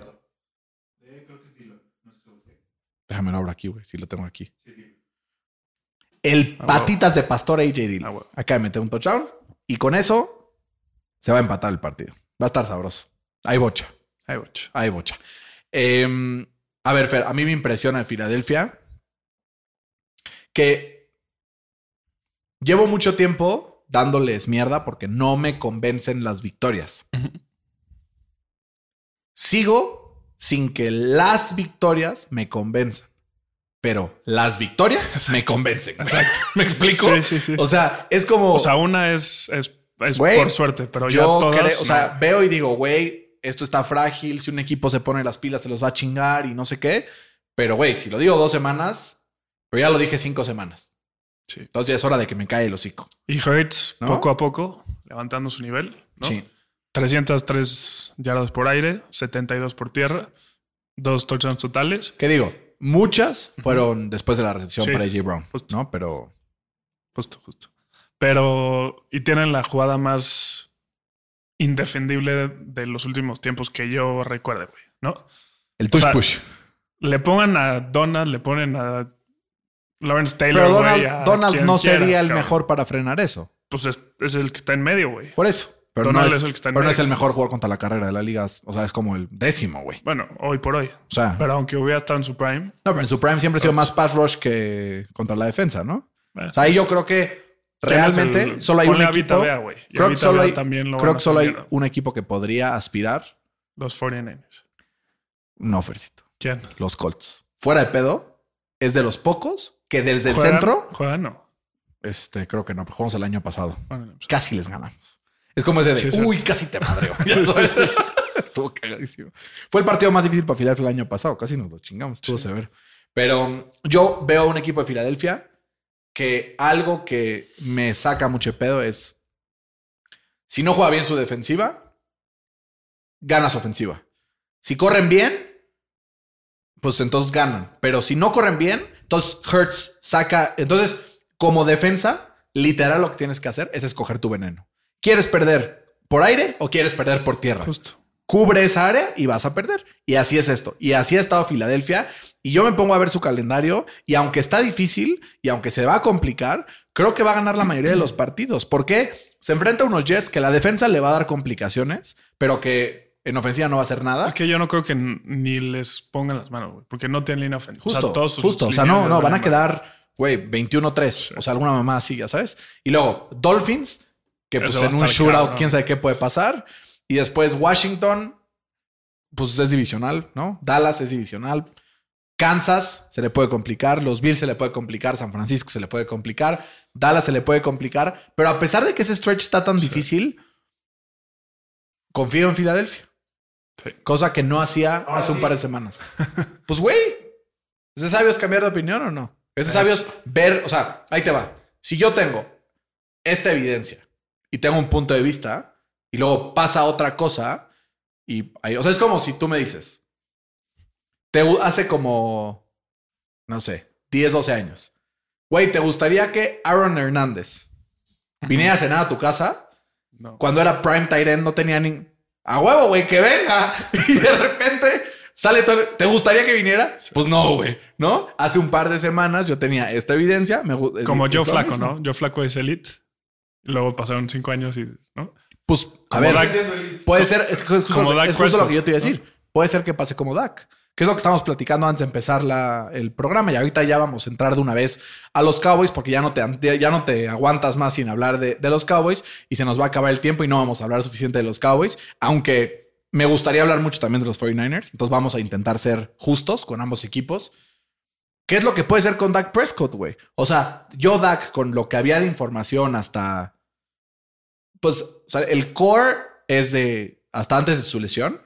Speaker 4: Déjame lo abro aquí, güey. Si lo tengo aquí. El patitas de pastor AJ Dillon.
Speaker 5: Ah, huevo.
Speaker 4: Acá de meter un touchdown y con eso se va a empatar el partido. Va a estar sabroso. Hay bocha.
Speaker 5: Ay, bocha.
Speaker 4: Ay, bocha. Em, a ver, Fer, a mí me impresiona en Filadelfia que llevo mucho tiempo dándoles mierda porque no me convencen las victorias.
Speaker 5: Ujú.
Speaker 4: Sigo sin que las victorias me convenzan, pero las victorias me convencen. güey. ¿Me explico?
Speaker 5: Sí, sí, sí.
Speaker 4: O sea, es como...
Speaker 5: O sea, una es, es, es
Speaker 4: Oh. Güey,
Speaker 5: por suerte, pero ya
Speaker 4: Yo
Speaker 5: todas.
Speaker 4: creo, o sea,
Speaker 5: no.
Speaker 4: veo y digo, güey, esto está frágil. Si un equipo se pone las pilas, se los va a chingar y no sé qué. Pero, güey, si lo digo dos semanas, pero ya lo dije cinco semanas.
Speaker 5: Sí.
Speaker 4: Entonces ya es hora de que me cae el hocico.
Speaker 5: Y Hurts,
Speaker 4: ¿No?
Speaker 5: poco a poco, levantando su nivel. ¿no?
Speaker 4: Sí.
Speaker 5: 303 yardas por aire, 72 por tierra, dos touchdowns totales.
Speaker 4: ¿Qué digo? Muchas fueron después de la recepción
Speaker 5: Sí.
Speaker 4: para AJ Brown,
Speaker 5: Justo.
Speaker 4: ¿no? Pero
Speaker 5: Justo, justo. Pero, y tienen la jugada más indefendible de, de los últimos tiempos que yo recuerde, güey, ¿no?
Speaker 4: el touch
Speaker 5: O sea,
Speaker 4: push.
Speaker 5: Le pongan a Donald, le ponen a Lawrence Taylor,
Speaker 4: Pero
Speaker 5: güey,
Speaker 4: Donald,
Speaker 5: a
Speaker 4: Donald
Speaker 5: quien
Speaker 4: no
Speaker 5: quieras,
Speaker 4: sería el
Speaker 5: cabrón.
Speaker 4: mejor para frenar eso.
Speaker 5: Pues es, es el que está en medio, güey.
Speaker 4: Por eso. Pero, no
Speaker 5: Donald
Speaker 4: es,
Speaker 5: es el que está en
Speaker 4: pero no
Speaker 5: medio.
Speaker 4: es el mejor jugador contra la carrera de la liga. O sea, es como el décimo, güey.
Speaker 5: Bueno, hoy por hoy.
Speaker 4: O sea,
Speaker 5: Pero aunque hubiera estado en su prime,
Speaker 4: No, pero en su prime siempre ha sido más pass rush que contra la defensa, ¿no?
Speaker 5: eh,
Speaker 4: O sea, ahí yo creo que realmente
Speaker 5: tienes el-
Speaker 4: solo hay un
Speaker 5: ponle a Vita
Speaker 4: equipo.
Speaker 5: Vea, güey. Y a
Speaker 4: creo que
Speaker 5: Vita
Speaker 4: solo
Speaker 5: Vea
Speaker 4: hay-
Speaker 5: también lo
Speaker 4: Creo
Speaker 5: van a
Speaker 4: que solo hay
Speaker 5: hacer,
Speaker 4: un equipo que podría aspirar.
Speaker 5: Los 49ers.
Speaker 4: No, Fercito.
Speaker 5: ¿Quién?
Speaker 4: Los Colts. Fuera de pedo, es de los pocos que desde el
Speaker 5: ¿Juegan?
Speaker 4: centro
Speaker 5: Juegan, no.
Speaker 4: Este, creo que no, pero jugamos el año pasado.
Speaker 5: Bueno, pues,
Speaker 4: Casi les ganamos. Es como ese de,
Speaker 5: Sí, exacto.
Speaker 4: uy, casi te madreo. Ya sabes. Estuvo cagadísimo. Fue el partido más difícil para Filadelfia el año pasado. Casi nos lo chingamos. Estuvo
Speaker 5: Sí.
Speaker 4: severo. Pero um, yo veo un equipo de Filadelfia que algo que me saca mucho de pedo es si no juega bien su defensiva, ganas ofensiva. Si corren bien, pues entonces ganan. Pero si no corren bien, entonces Hurts saca. Entonces, como defensa, literal lo que tienes que hacer es escoger tu veneno. ¿Quieres perder por aire o quieres perder por tierra?
Speaker 5: justo.
Speaker 4: cubre esa área y vas a perder. Y así es esto. Y así ha estado Filadelfia. Y yo me pongo a ver su calendario y aunque está difícil y aunque se va a complicar, creo que va a ganar la mayoría de los partidos. Porque se enfrenta a unos Jets que la defensa le va a dar complicaciones, pero que en ofensiva no va a hacer nada.
Speaker 5: Es que yo no creo que n- ni les pongan las manos, güey, porque no tienen línea ofensiva.
Speaker 4: Justo,
Speaker 5: o sea, todos sus
Speaker 4: justo. O sea,
Speaker 5: líneas
Speaker 4: no, no,
Speaker 5: les
Speaker 4: van a
Speaker 5: mal.
Speaker 4: quedar, güey, 21-3. O sea, alguna mamá así, ya sabes. Y luego, Dolphins, que
Speaker 5: Eso
Speaker 4: pues
Speaker 5: va a
Speaker 4: en un
Speaker 5: estar
Speaker 4: shootout,
Speaker 5: cabrón.
Speaker 4: quién sabe qué puede pasar. Y después Washington, pues es divisional, ¿no? Dallas es divisional. Kansas se le puede complicar, los Bills se le puede complicar, San Francisco se le puede complicar, Dallas se le puede complicar, pero a pesar de que ese stretch está tan
Speaker 5: Sí.
Speaker 4: difícil, confío en Filadelfia.
Speaker 5: Sí.
Speaker 4: Cosa que no hacía hace un par de semanas. pues güey, ¿es de sabios cambiar de opinión o no? Es de
Speaker 5: Es-
Speaker 4: sabios ver, o sea, ahí te va. Si yo tengo esta evidencia y tengo un punto de vista y luego pasa otra cosa y ahí- o sea, es como si tú me dices, te gu- hace como, no sé, 10, 12 años. Güey, ¿te gustaría que Aaron Hernández viniera a cenar a tu casa?
Speaker 5: No.
Speaker 4: Cuando era prime tight end no tenía ni... A huevo, güey, que venga. Y de repente sale todo... el- ¿Te gustaría que viniera? Pues no, güey. ¿No? Hace un par de semanas yo tenía esta evidencia. Me, gu-
Speaker 5: Como
Speaker 4: es
Speaker 5: Joe
Speaker 4: lo
Speaker 5: Flaco,
Speaker 4: mismo.
Speaker 5: ¿no? Joe Flaco es elite. Luego pasaron cinco años y, ¿no?
Speaker 4: Pues, a
Speaker 5: Como
Speaker 4: ver,
Speaker 5: Dak.
Speaker 4: puede ser, es, ju- es justo,
Speaker 5: como Dak
Speaker 4: es justo lo
Speaker 5: Prescott,
Speaker 4: que yo te iba a
Speaker 5: ¿no?
Speaker 4: decir. Puede ser que pase como Dak, que es lo que estábamos platicando antes de empezar la- el programa. Y ahorita ya vamos a entrar de una vez a los Cowboys porque ya no te, ya no te aguantas más sin hablar de, de los Cowboys y se nos va a acabar el tiempo y no vamos a hablar suficiente de los Cowboys, aunque me gustaría hablar mucho también de los 49ers. Entonces vamos a intentar ser justos con ambos equipos. ¿Qué es lo que puede ser con Dak Prescott, güey? O sea, yo Dak con lo que había de información hasta pues, o sea, el core es de hasta antes de su lesión.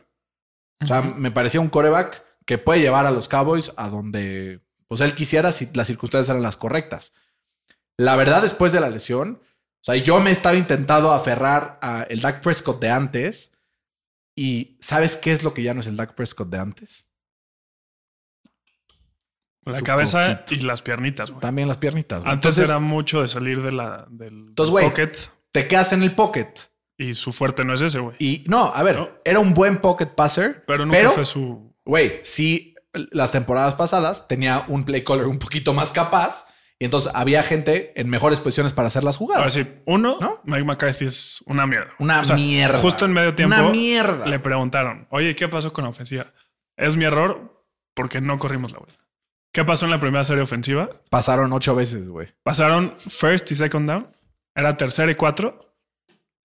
Speaker 4: O sea, me parecía un coreback que puede llevar a los Cowboys a donde pues él quisiera si las circunstancias eran las correctas. La verdad, después de la lesión, o sea, yo me estaba intentando aferrar a el Dak Prescott de antes. Y ¿sabes qué es lo que ya no es el Dak Prescott de antes?
Speaker 5: La
Speaker 4: Su
Speaker 5: cabeza y las piernitas, güey.
Speaker 4: También las piernitas. güey.
Speaker 5: Antes
Speaker 4: Entonces,
Speaker 5: era mucho de salir de la, del
Speaker 4: Entonces, güey.
Speaker 5: pocket
Speaker 4: te quedas en el pocket.
Speaker 5: y su fuerte no es ese, güey.
Speaker 4: Y no, a ver,
Speaker 5: No.
Speaker 4: era un buen pocket passer,
Speaker 5: Pero nunca
Speaker 4: pero
Speaker 5: fue su...
Speaker 4: Güey, sí, las temporadas pasadas tenía un play caller un poquito más capaz y entonces había gente en mejores posiciones para hacer las
Speaker 5: Ahora
Speaker 4: jugadas.
Speaker 5: sí, uno,
Speaker 4: ¿No?
Speaker 5: Mike McCarthy es una mierda.
Speaker 4: Una
Speaker 5: O sea,
Speaker 4: mierda.
Speaker 5: Justo en medio tiempo
Speaker 4: Una mierda.
Speaker 5: le preguntaron, oye, ¿qué pasó con la ofensiva? Es mi error porque no corrimos la bola. ¿Qué pasó en la primera serie ofensiva?
Speaker 4: Pasaron ocho veces, güey.
Speaker 5: Pasaron first y second down. Era tercera y cuatro.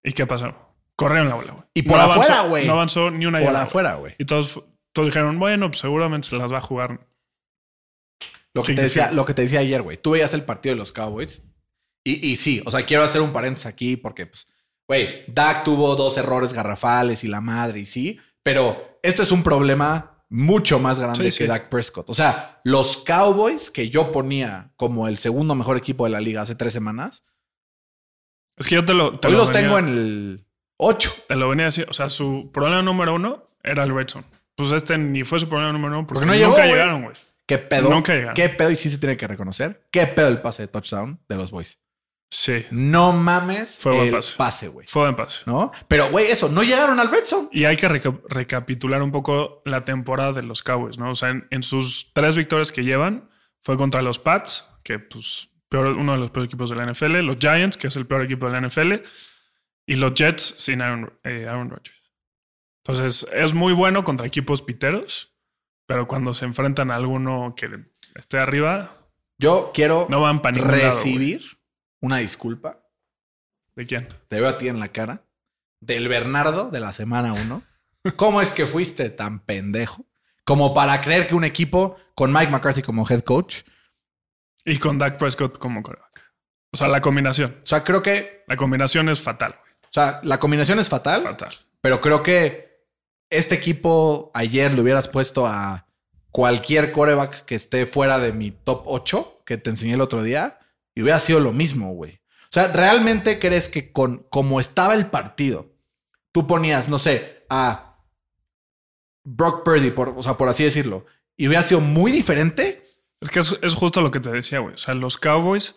Speaker 5: ¿Y qué pasó? Corrieron la bola, güey.
Speaker 4: Y por
Speaker 5: avanzó-
Speaker 4: afuera, güey.
Speaker 5: No avanzó ni una
Speaker 4: Por
Speaker 5: yarda,
Speaker 4: afuera, güey.
Speaker 5: güey. Y todos, fu- todos dijeron, bueno, pues seguramente se las va a jugar.
Speaker 4: Lo que,
Speaker 5: Sí,
Speaker 4: te
Speaker 5: sí,
Speaker 4: decía,
Speaker 5: sí.
Speaker 4: lo que te decía ayer, güey. Tú veías el partido de los Cowboys y, y sí, o sea, quiero hacer un paréntesis aquí porque, pues, güey, Dak tuvo dos errores garrafales y la madre y sí, pero esto es un problema mucho más grande
Speaker 5: Sí,
Speaker 4: que
Speaker 5: sí.
Speaker 4: Dak Prescott. O sea, los Cowboys que yo ponía como el segundo mejor equipo de la liga hace tres semanas,
Speaker 5: Es que yo te lo. te
Speaker 4: hoy
Speaker 5: lo
Speaker 4: los
Speaker 5: venía-
Speaker 4: tengo en el 8.
Speaker 5: Te lo venía a decir. O sea, su problema número uno era el red zone. Pues este ni fue su problema número uno porque,
Speaker 4: Porque no llegó,
Speaker 5: nunca
Speaker 4: güey.
Speaker 5: llegaron, güey.
Speaker 4: ¿Qué pedo?
Speaker 5: Nunca llegaron.
Speaker 4: ¿Qué pedo? Y sí se tiene que reconocer. ¿Qué pedo el pase de touchdown de los Boys?
Speaker 5: Sí.
Speaker 4: No mames
Speaker 5: Fue buen
Speaker 4: el
Speaker 5: pase.
Speaker 4: pase, güey.
Speaker 5: Fue en paz.
Speaker 4: ¿No? Pero, güey, eso, no llegaron al red zone.
Speaker 5: Y hay que reca- recapitular un poco la temporada de los Cowboys, ¿no? O sea, en, en sus tres victorias que llevan fue contra los Pats, que pues peor, uno de los peores equipos de la NFL, los Giants, que es el peor equipo de la NFL, y los Jets sin Aaron, eh, Aaron Rodgers. Entonces, es muy bueno contra equipos piteros, pero cuando se enfrentan a alguno que esté arriba,
Speaker 4: Yo quiero
Speaker 5: no van para ningún lado, güey.
Speaker 4: recibir una disculpa.
Speaker 5: ¿De quién?
Speaker 4: Te veo a ti en la cara. Del Bernardo de la semana 1. ¿Cómo es que fuiste tan pendejo? Como para creer que un equipo con Mike McCarthy como head coach
Speaker 5: Y con Dak Prescott como quarterback. O sea, la combinación.
Speaker 4: O sea, creo que,
Speaker 5: La combinación es fatal, güey.
Speaker 4: o sea, la combinación es fatal,
Speaker 5: Fatal.
Speaker 4: pero creo que este equipo ayer le hubieras puesto a cualquier coreback que esté fuera de mi top 8 que te enseñé el otro día y hubiera sido lo mismo, güey. O sea, ¿realmente crees que con como estaba el partido, tú ponías, no sé, a Brock Purdy, por, o sea, por así decirlo, y hubiera sido muy diferente?
Speaker 5: Es que es, es justo lo que te decía, güey. O sea, los Cowboys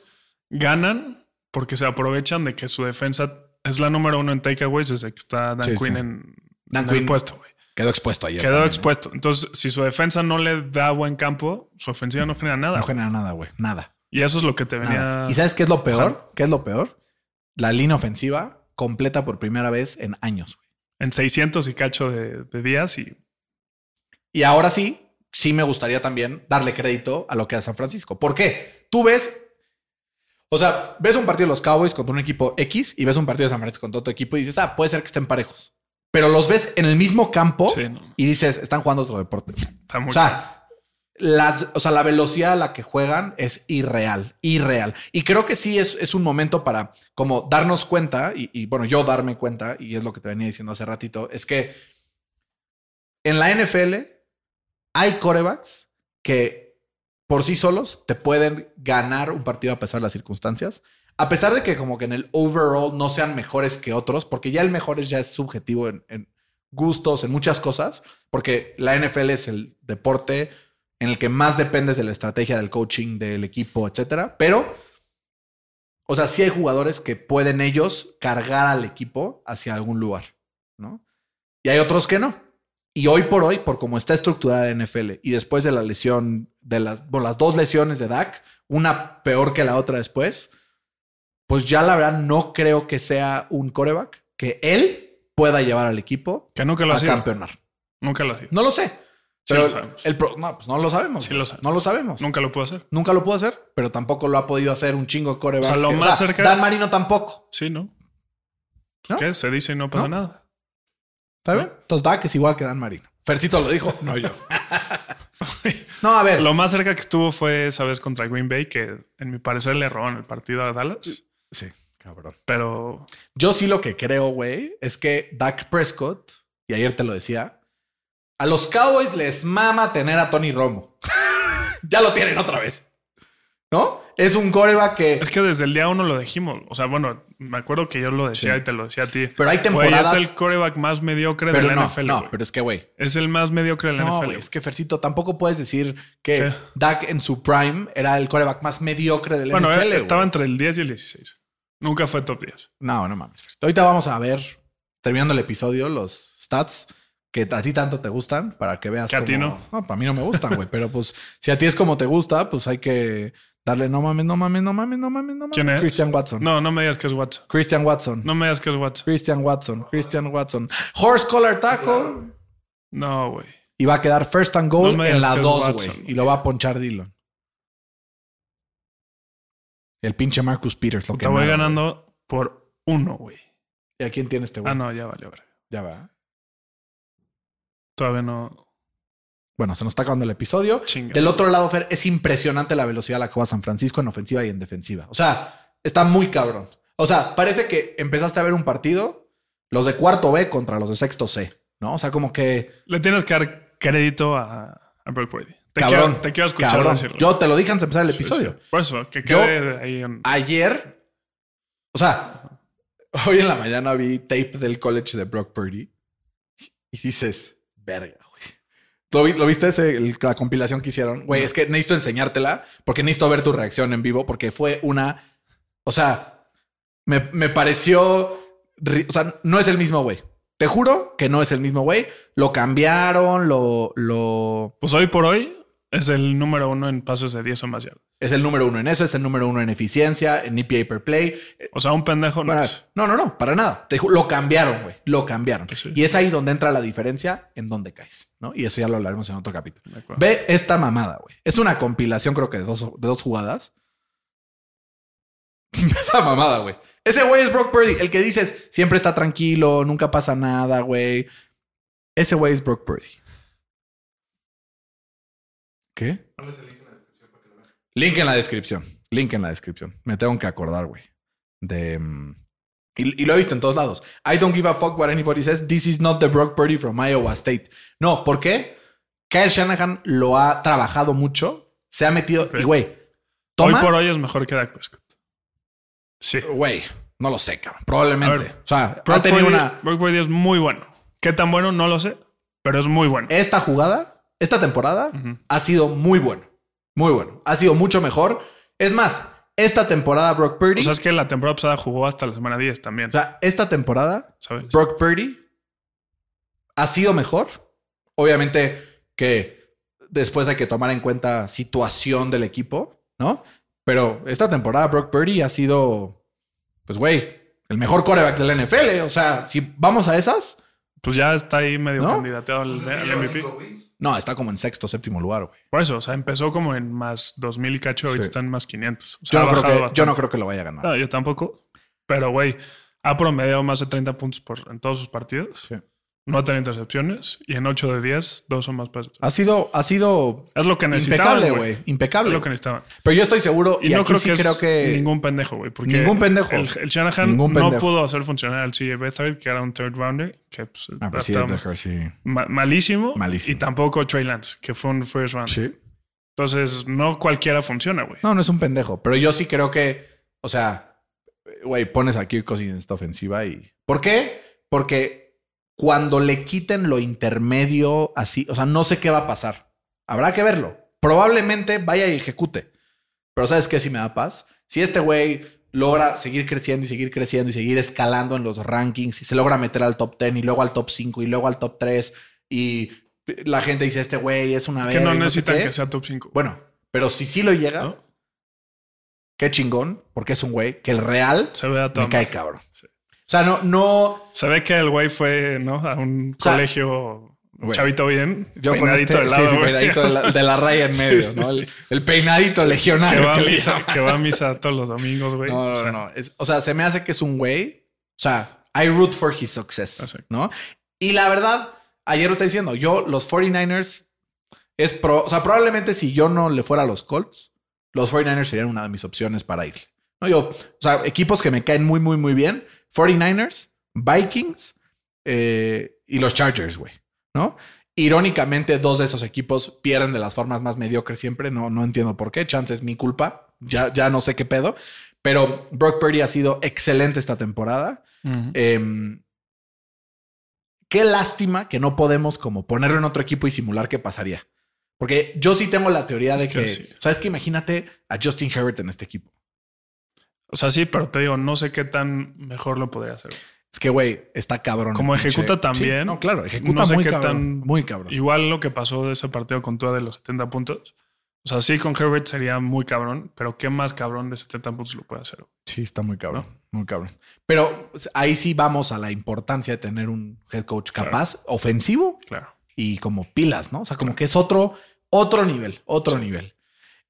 Speaker 5: ganan porque se aprovechan de que su defensa es la número uno en takeaways desde que está Dan
Speaker 4: Sí,
Speaker 5: Quinn
Speaker 4: sí.
Speaker 5: en,
Speaker 4: Dan
Speaker 5: en el
Speaker 4: Quinn
Speaker 5: puesto, güey.
Speaker 4: Quedó expuesto ayer.
Speaker 5: Quedó
Speaker 4: también, ¿eh?
Speaker 5: expuesto. Entonces, si su defensa no le da buen campo, su ofensiva no genera nada.
Speaker 4: No
Speaker 5: güey.
Speaker 4: genera nada, güey. Nada.
Speaker 5: y eso es lo que te venía.
Speaker 4: Nada. ¿Y sabes qué es lo
Speaker 5: Ajá.
Speaker 4: peor? ¿Qué es lo peor? La línea ofensiva completa por primera vez en años. güey.
Speaker 5: en 600 y cacho de, de días y
Speaker 4: Y ahora sí, sí me gustaría también darle crédito a lo que hace San Francisco. ¿Por qué? Tú ves, o sea, ves un partido de los Cowboys contra un equipo X y ves un partido de San Francisco contra otro equipo y dices, ah, puede ser que estén parejos. Pero los ves en el mismo campo
Speaker 5: Sí, no.
Speaker 4: y dices, están jugando otro deporte.
Speaker 5: está muy.
Speaker 4: ¿Oh? O sea, las, o sea, la velocidad a la que juegan es irreal, irreal. Y creo que sí es, es un momento para como darnos cuenta, y, y, bueno, yo darme cuenta, y es lo que te venía diciendo hace ratito, es que en la NFL hay corebacks que por sí solos te pueden ganar un partido a pesar de las circunstancias. A pesar de que como que en el overall no sean mejores que otros, porque ya el mejor es- ya es subjetivo en- en gustos, en muchas cosas porque la NFL es el deporte en el que más dependes de la estrategia del coaching del equipo, etcétera. Pero, o sea, sí hay jugadores que pueden ellos cargar al equipo hacia algún lugar, ¿no? Y hay otros que no. Y hoy por hoy, por cómo está estructurada la NFL y después de la lesión, de las, bueno, las dos lesiones de Dak, una peor que la otra después, pues ya la verdad no creo que sea un coreback que él pueda llevar al equipo
Speaker 5: que nunca lo ha
Speaker 4: a
Speaker 5: sido.
Speaker 4: campeonar.
Speaker 5: Nunca lo ha sido.
Speaker 4: No lo sé.
Speaker 5: Sí
Speaker 4: Pero
Speaker 5: lo sabemos.
Speaker 4: el pro- no, pues no lo sabemos.
Speaker 5: Sí lo sabemos.
Speaker 4: No lo sabemos. Nunca,
Speaker 5: Nunca lo pudo hacer.
Speaker 4: lo pudo hacer, pero tampoco lo ha podido hacer un chingo coreback.
Speaker 5: O sea, lo más cerca-
Speaker 4: Dan Marino tampoco.
Speaker 5: Sí, ¿no?
Speaker 4: ¿No?
Speaker 5: ¿Qué? Se dice y no pasa
Speaker 4: ¿No?
Speaker 5: nada.
Speaker 4: ¿Está bien? Entonces Dak es igual que Dan Marino. Fercito lo dijo, no yo. no, a ver.
Speaker 5: Lo más cerca que estuvo fue esa vez contra Green Bay, que en mi parecer le roban el partido a Dallas.
Speaker 4: Sí, cabrón.
Speaker 5: Pero
Speaker 4: Yo sí lo que creo, güey, es que Dak Prescott, y ayer te lo decía, a los Cowboys les mama tener a Tony Romo. ya lo tienen otra vez. ¿No? Es un coreback que...
Speaker 5: es que desde el día uno lo dijimos. O sea, bueno, me acuerdo que yo lo decía
Speaker 4: Sí.
Speaker 5: y te lo decía a ti.
Speaker 4: Pero hay
Speaker 5: Güey,
Speaker 4: temporadas...
Speaker 5: es el coreback más mediocre
Speaker 4: Pero
Speaker 5: de la
Speaker 4: no,
Speaker 5: NFL.
Speaker 4: no,
Speaker 5: güey.
Speaker 4: pero es que, güey,
Speaker 5: Es el más mediocre de la
Speaker 4: No,
Speaker 5: NFL.
Speaker 4: güey, es que Fercito, tampoco puedes decir que
Speaker 5: Sí.
Speaker 4: Dak en su prime era el coreback más mediocre del
Speaker 5: bueno,
Speaker 4: NFL.
Speaker 5: eh, estaba
Speaker 4: güey.
Speaker 5: entre el 10 y el 16. Nunca fue top 10.
Speaker 4: No, no mames, Fercito. Ahorita vamos a ver, terminando el episodio, los stats que a ti tanto te gustan para que veas.
Speaker 5: Que a ti
Speaker 4: cómo- No, para mí no me gustan, güey. pero pues si a ti es como te gusta, pues hay que darle no mames, no mames, no mames, no mames, no mames.
Speaker 5: ¿Quién es?
Speaker 4: Christian Watson.
Speaker 5: No, no me digas que es Watson.
Speaker 4: Christian Watson.
Speaker 5: No me digas que es Watson.
Speaker 4: Christian Watson. Christian Watson. Horse collar tackle.
Speaker 5: No, güey.
Speaker 4: Y va a quedar first and
Speaker 5: No
Speaker 4: goal
Speaker 5: me
Speaker 4: en
Speaker 5: digas
Speaker 4: la
Speaker 5: que es
Speaker 4: 2,
Speaker 5: Watson,
Speaker 4: güey. Y lo va a ponchar Dillon. El pinche Marcus Peters. Lo
Speaker 5: Te
Speaker 4: que
Speaker 5: voy ganando por uno, güey.
Speaker 4: ¿Y a quién tiene este güey?
Speaker 5: Ah, no, ya vale, ahora.
Speaker 4: Ya va.
Speaker 5: Todavía no.
Speaker 4: Bueno, se nos está acabando el episodio.
Speaker 5: Chinga.
Speaker 4: Del otro lado, Fer, es impresionante la velocidad a la que va San Francisco en ofensiva y en defensiva. O sea, está muy cabrón. O sea, parece que empezaste a ver un partido, los de cuarto B contra los de sexto C, ¿no? O sea, como que...
Speaker 5: Le tienes que dar crédito a, a Brock Purdy. Te,
Speaker 4: cabrón,
Speaker 5: quiero, te quiero escuchar
Speaker 4: cabrón.
Speaker 5: decirlo.
Speaker 4: Yo te lo dije antes de empezar el
Speaker 5: Sí, sí.
Speaker 4: episodio.
Speaker 5: Por eso, que
Speaker 4: Yo-
Speaker 5: quede ahí en.
Speaker 4: ayer, o sea, hoy en la mañana vi tape del college de Brock Purdy y dices, verga, güey. ¿Lo, vi- lo viste ese, el- la compilación que hicieron? Güey, es que necesito enseñártela porque necesito ver tu reacción en vivo porque fue una, o sea, me, me pareció, ri- o sea, no es el mismo güey. Te juro que no es el mismo güey. Lo cambiaron, lo, lo,
Speaker 5: Pues hoy por hoy es el número uno en pases de 10 o más yardas.
Speaker 4: es el número uno en eso, es el número uno en eficiencia, en EPA per play,
Speaker 5: O sea, un pendejo. no
Speaker 4: Eh, Para-
Speaker 5: es.
Speaker 4: no, no, no, para nada. Te ju- lo cambiaron, güey. Lo cambiaron.
Speaker 5: Sí.
Speaker 4: Y es ahí donde entra la diferencia en donde caes, ¿no? Y eso ya lo hablaremos en otro capítulo.
Speaker 5: De acuerdo.
Speaker 4: Ve esta mamada, güey. Es una compilación, creo que de dos, de dos jugadas. Ve Esa mamada, güey. Ese güey es Brock Purdy, el que dices siempre está tranquilo, nunca pasa nada, güey. Ese güey es Brock Purdy. ¿Qué? Link en la descripción. Link en la descripción. Me tengo que acordar, güey. De. mm, Y, y lo he visto en todos lados. I don't give a fuck what anybody says. This is not the Brock Purdy from Iowa State. No, ¿por qué? Kyle Shanahan lo ha trabajado mucho. Se ha metido.
Speaker 5: Ok.
Speaker 4: Y, güey, toma.
Speaker 5: Hoy por hoy es mejor que Dak Prescott. Sí.
Speaker 4: Güey, no lo sé, cabrón. Probablemente.
Speaker 5: A ver,
Speaker 4: o sea, ha
Speaker 5: Brock
Speaker 4: tenido
Speaker 5: Purdy,
Speaker 4: una.
Speaker 5: Brock Purdy es muy bueno. ¿Qué tan bueno? No lo sé, pero es muy bueno.
Speaker 4: Esta jugada, esta temporada,
Speaker 5: Ujú.
Speaker 4: ha sido muy bueno. Muy bueno. Ha sido mucho mejor. Es más, esta temporada Brock Purdy.
Speaker 5: O sea, es que la temporada pasada jugó hasta la semana 10 también.
Speaker 4: esta temporada
Speaker 5: ¿Sabes?
Speaker 4: Brock Purdy ha sido mejor. Obviamente que después hay que tomar en cuenta situación del equipo, ¿no? Pero esta temporada Brock Purdy ha sido, pues, güey, el mejor coreback de la NFL. eh. O sea, si vamos a esas,
Speaker 5: Pues ya está ahí medio
Speaker 4: ¿No?
Speaker 5: candidateado al, al MVP.
Speaker 4: no, está como en sexto, séptimo lugar, güey.
Speaker 5: Por eso, o sea, empezó como en más 2000 y cacho, ahorita
Speaker 4: Sí.
Speaker 5: está en más 500. O sea,
Speaker 4: Yo,
Speaker 5: ha
Speaker 4: no
Speaker 5: bajado
Speaker 4: creo que, yo
Speaker 5: bastante.
Speaker 4: no creo que lo vaya a ganar.
Speaker 5: No, yo tampoco. Pero, güey, ha promediado más de 30 puntos por, en todos sus partidos.
Speaker 4: Sí.
Speaker 5: No ha tenido intercepciones. Y en 8 de 10, dos son más pases.
Speaker 4: Ha sido, ha sido
Speaker 5: Es lo que necesitaban.
Speaker 4: Ah, impecable, güey.
Speaker 5: Es
Speaker 4: Impecable.
Speaker 5: lo que necesitaban.
Speaker 4: Pero yo estoy seguro y,
Speaker 5: Y, no
Speaker 4: aquí
Speaker 5: creo,
Speaker 4: sí
Speaker 5: que es
Speaker 4: creo que
Speaker 5: ningún pendejo, güey. porque
Speaker 4: Ningún pendejo.
Speaker 5: El, el Shanahan
Speaker 4: Ningún
Speaker 5: no
Speaker 4: pendejo.
Speaker 5: pudo hacer funcionar al CJ Beathard, que era un third rounder, que pues,
Speaker 4: Ah, pero sí,
Speaker 5: hasta
Speaker 4: Decker, sí.
Speaker 5: ma- malísimo,
Speaker 4: Malísimo.
Speaker 5: Y tampoco Trey Lance, que fue un first round.
Speaker 4: Sí.
Speaker 5: Entonces, no cualquiera funciona, güey.
Speaker 4: No, no es un pendejo. Pero yo sí creo que, o sea, güey, pones a Kirk Cousins en esta ofensiva y. ¿Por qué? Porque cuando le quiten lo intermedio así, o sea, no sé qué va a pasar. Habrá que verlo. Probablemente vaya y ejecute. Pero ¿sabes qué? Si me da paz. Si este güey logra seguir creciendo y seguir creciendo y seguir escalando en los rankings y se logra meter al top 10 y luego al top 5 y luego al top 3 y la gente dice, este güey es una
Speaker 5: Es
Speaker 4: vez.
Speaker 5: que no necesitan que sea top 5.
Speaker 4: Bueno, pero si sí lo llega,
Speaker 5: ¿No?
Speaker 4: qué chingón, porque es un güey que el real
Speaker 5: Se ve a toda
Speaker 4: me cae cabrón. O sea, no, no.
Speaker 5: Se ve que el güey fue, ¿no? A un
Speaker 4: sea,
Speaker 5: colegio
Speaker 4: güey,
Speaker 5: chavito bien.
Speaker 4: Yo con
Speaker 5: peinadito
Speaker 4: este,
Speaker 5: de
Speaker 4: sí,
Speaker 5: lado,
Speaker 4: sí,
Speaker 5: güey.
Speaker 4: peinadito de la, de la raya en
Speaker 5: Sí,
Speaker 4: medio,
Speaker 5: sí,
Speaker 4: ¿no?
Speaker 5: sí.
Speaker 4: El, el peinadito
Speaker 5: que,
Speaker 4: legionario.
Speaker 5: va a
Speaker 4: que le
Speaker 5: misa,
Speaker 4: llaman.
Speaker 5: que va a misa todos los domingos, güey.
Speaker 4: No,
Speaker 5: O
Speaker 4: no,
Speaker 5: sea,
Speaker 4: no. Es- o sea, se me hace que es un güey. O sea, I root for his success,
Speaker 5: Exacto.
Speaker 4: ¿no? Y la verdad, ayer lo está diciendo, yo, los 49ers, es pro, o sea, probablemente si yo no le fuera a los Colts, los 49ers serían una de mis opciones para ir. No, yo, o sea, equipos que me caen muy, muy, muy bien: 49ers, Vikings eh, y los Chargers, güey, ¿no? Irónicamente, dos de esos equipos pierden de las formas más mediocres siempre. No, no entiendo por qué. Chance es mi culpa. Ya, ya no sé qué pedo. Pero Brock Purdy ha sido excelente esta temporada.
Speaker 5: Ujú.
Speaker 4: Em, qué lástima que no podemos como ponerlo en otro equipo y simular qué pasaría. Porque yo sí tengo la teoría de
Speaker 5: Es que
Speaker 4: que,
Speaker 5: sí.
Speaker 4: sabes que imagínate a Justin Herbert en este equipo.
Speaker 5: O sea, sí, pero te digo, no sé qué tan mejor lo podría hacer.
Speaker 4: Es que, güey, está cabrón.
Speaker 5: Como
Speaker 4: el pinche-
Speaker 5: ejecuta también,
Speaker 4: Sí, no, claro, ejecuta
Speaker 5: no sé
Speaker 4: muy
Speaker 5: qué
Speaker 4: cabrón.
Speaker 5: tan-
Speaker 4: Muy cabrón.
Speaker 5: Igual lo que pasó de ese partido con Tua de los 70 puntos. O sea, sí, con Herbert sería muy cabrón, pero ¿qué más cabrón de 70 puntos lo puede hacer?
Speaker 4: Sí, está muy cabrón. Muy cabrón. Pero pues, ahí sí vamos a la importancia de tener un head coach capaz, ofensivo
Speaker 5: Claro.
Speaker 4: y como pilas, ¿no? O sea, como que es otro, otro nivel, otro nivel.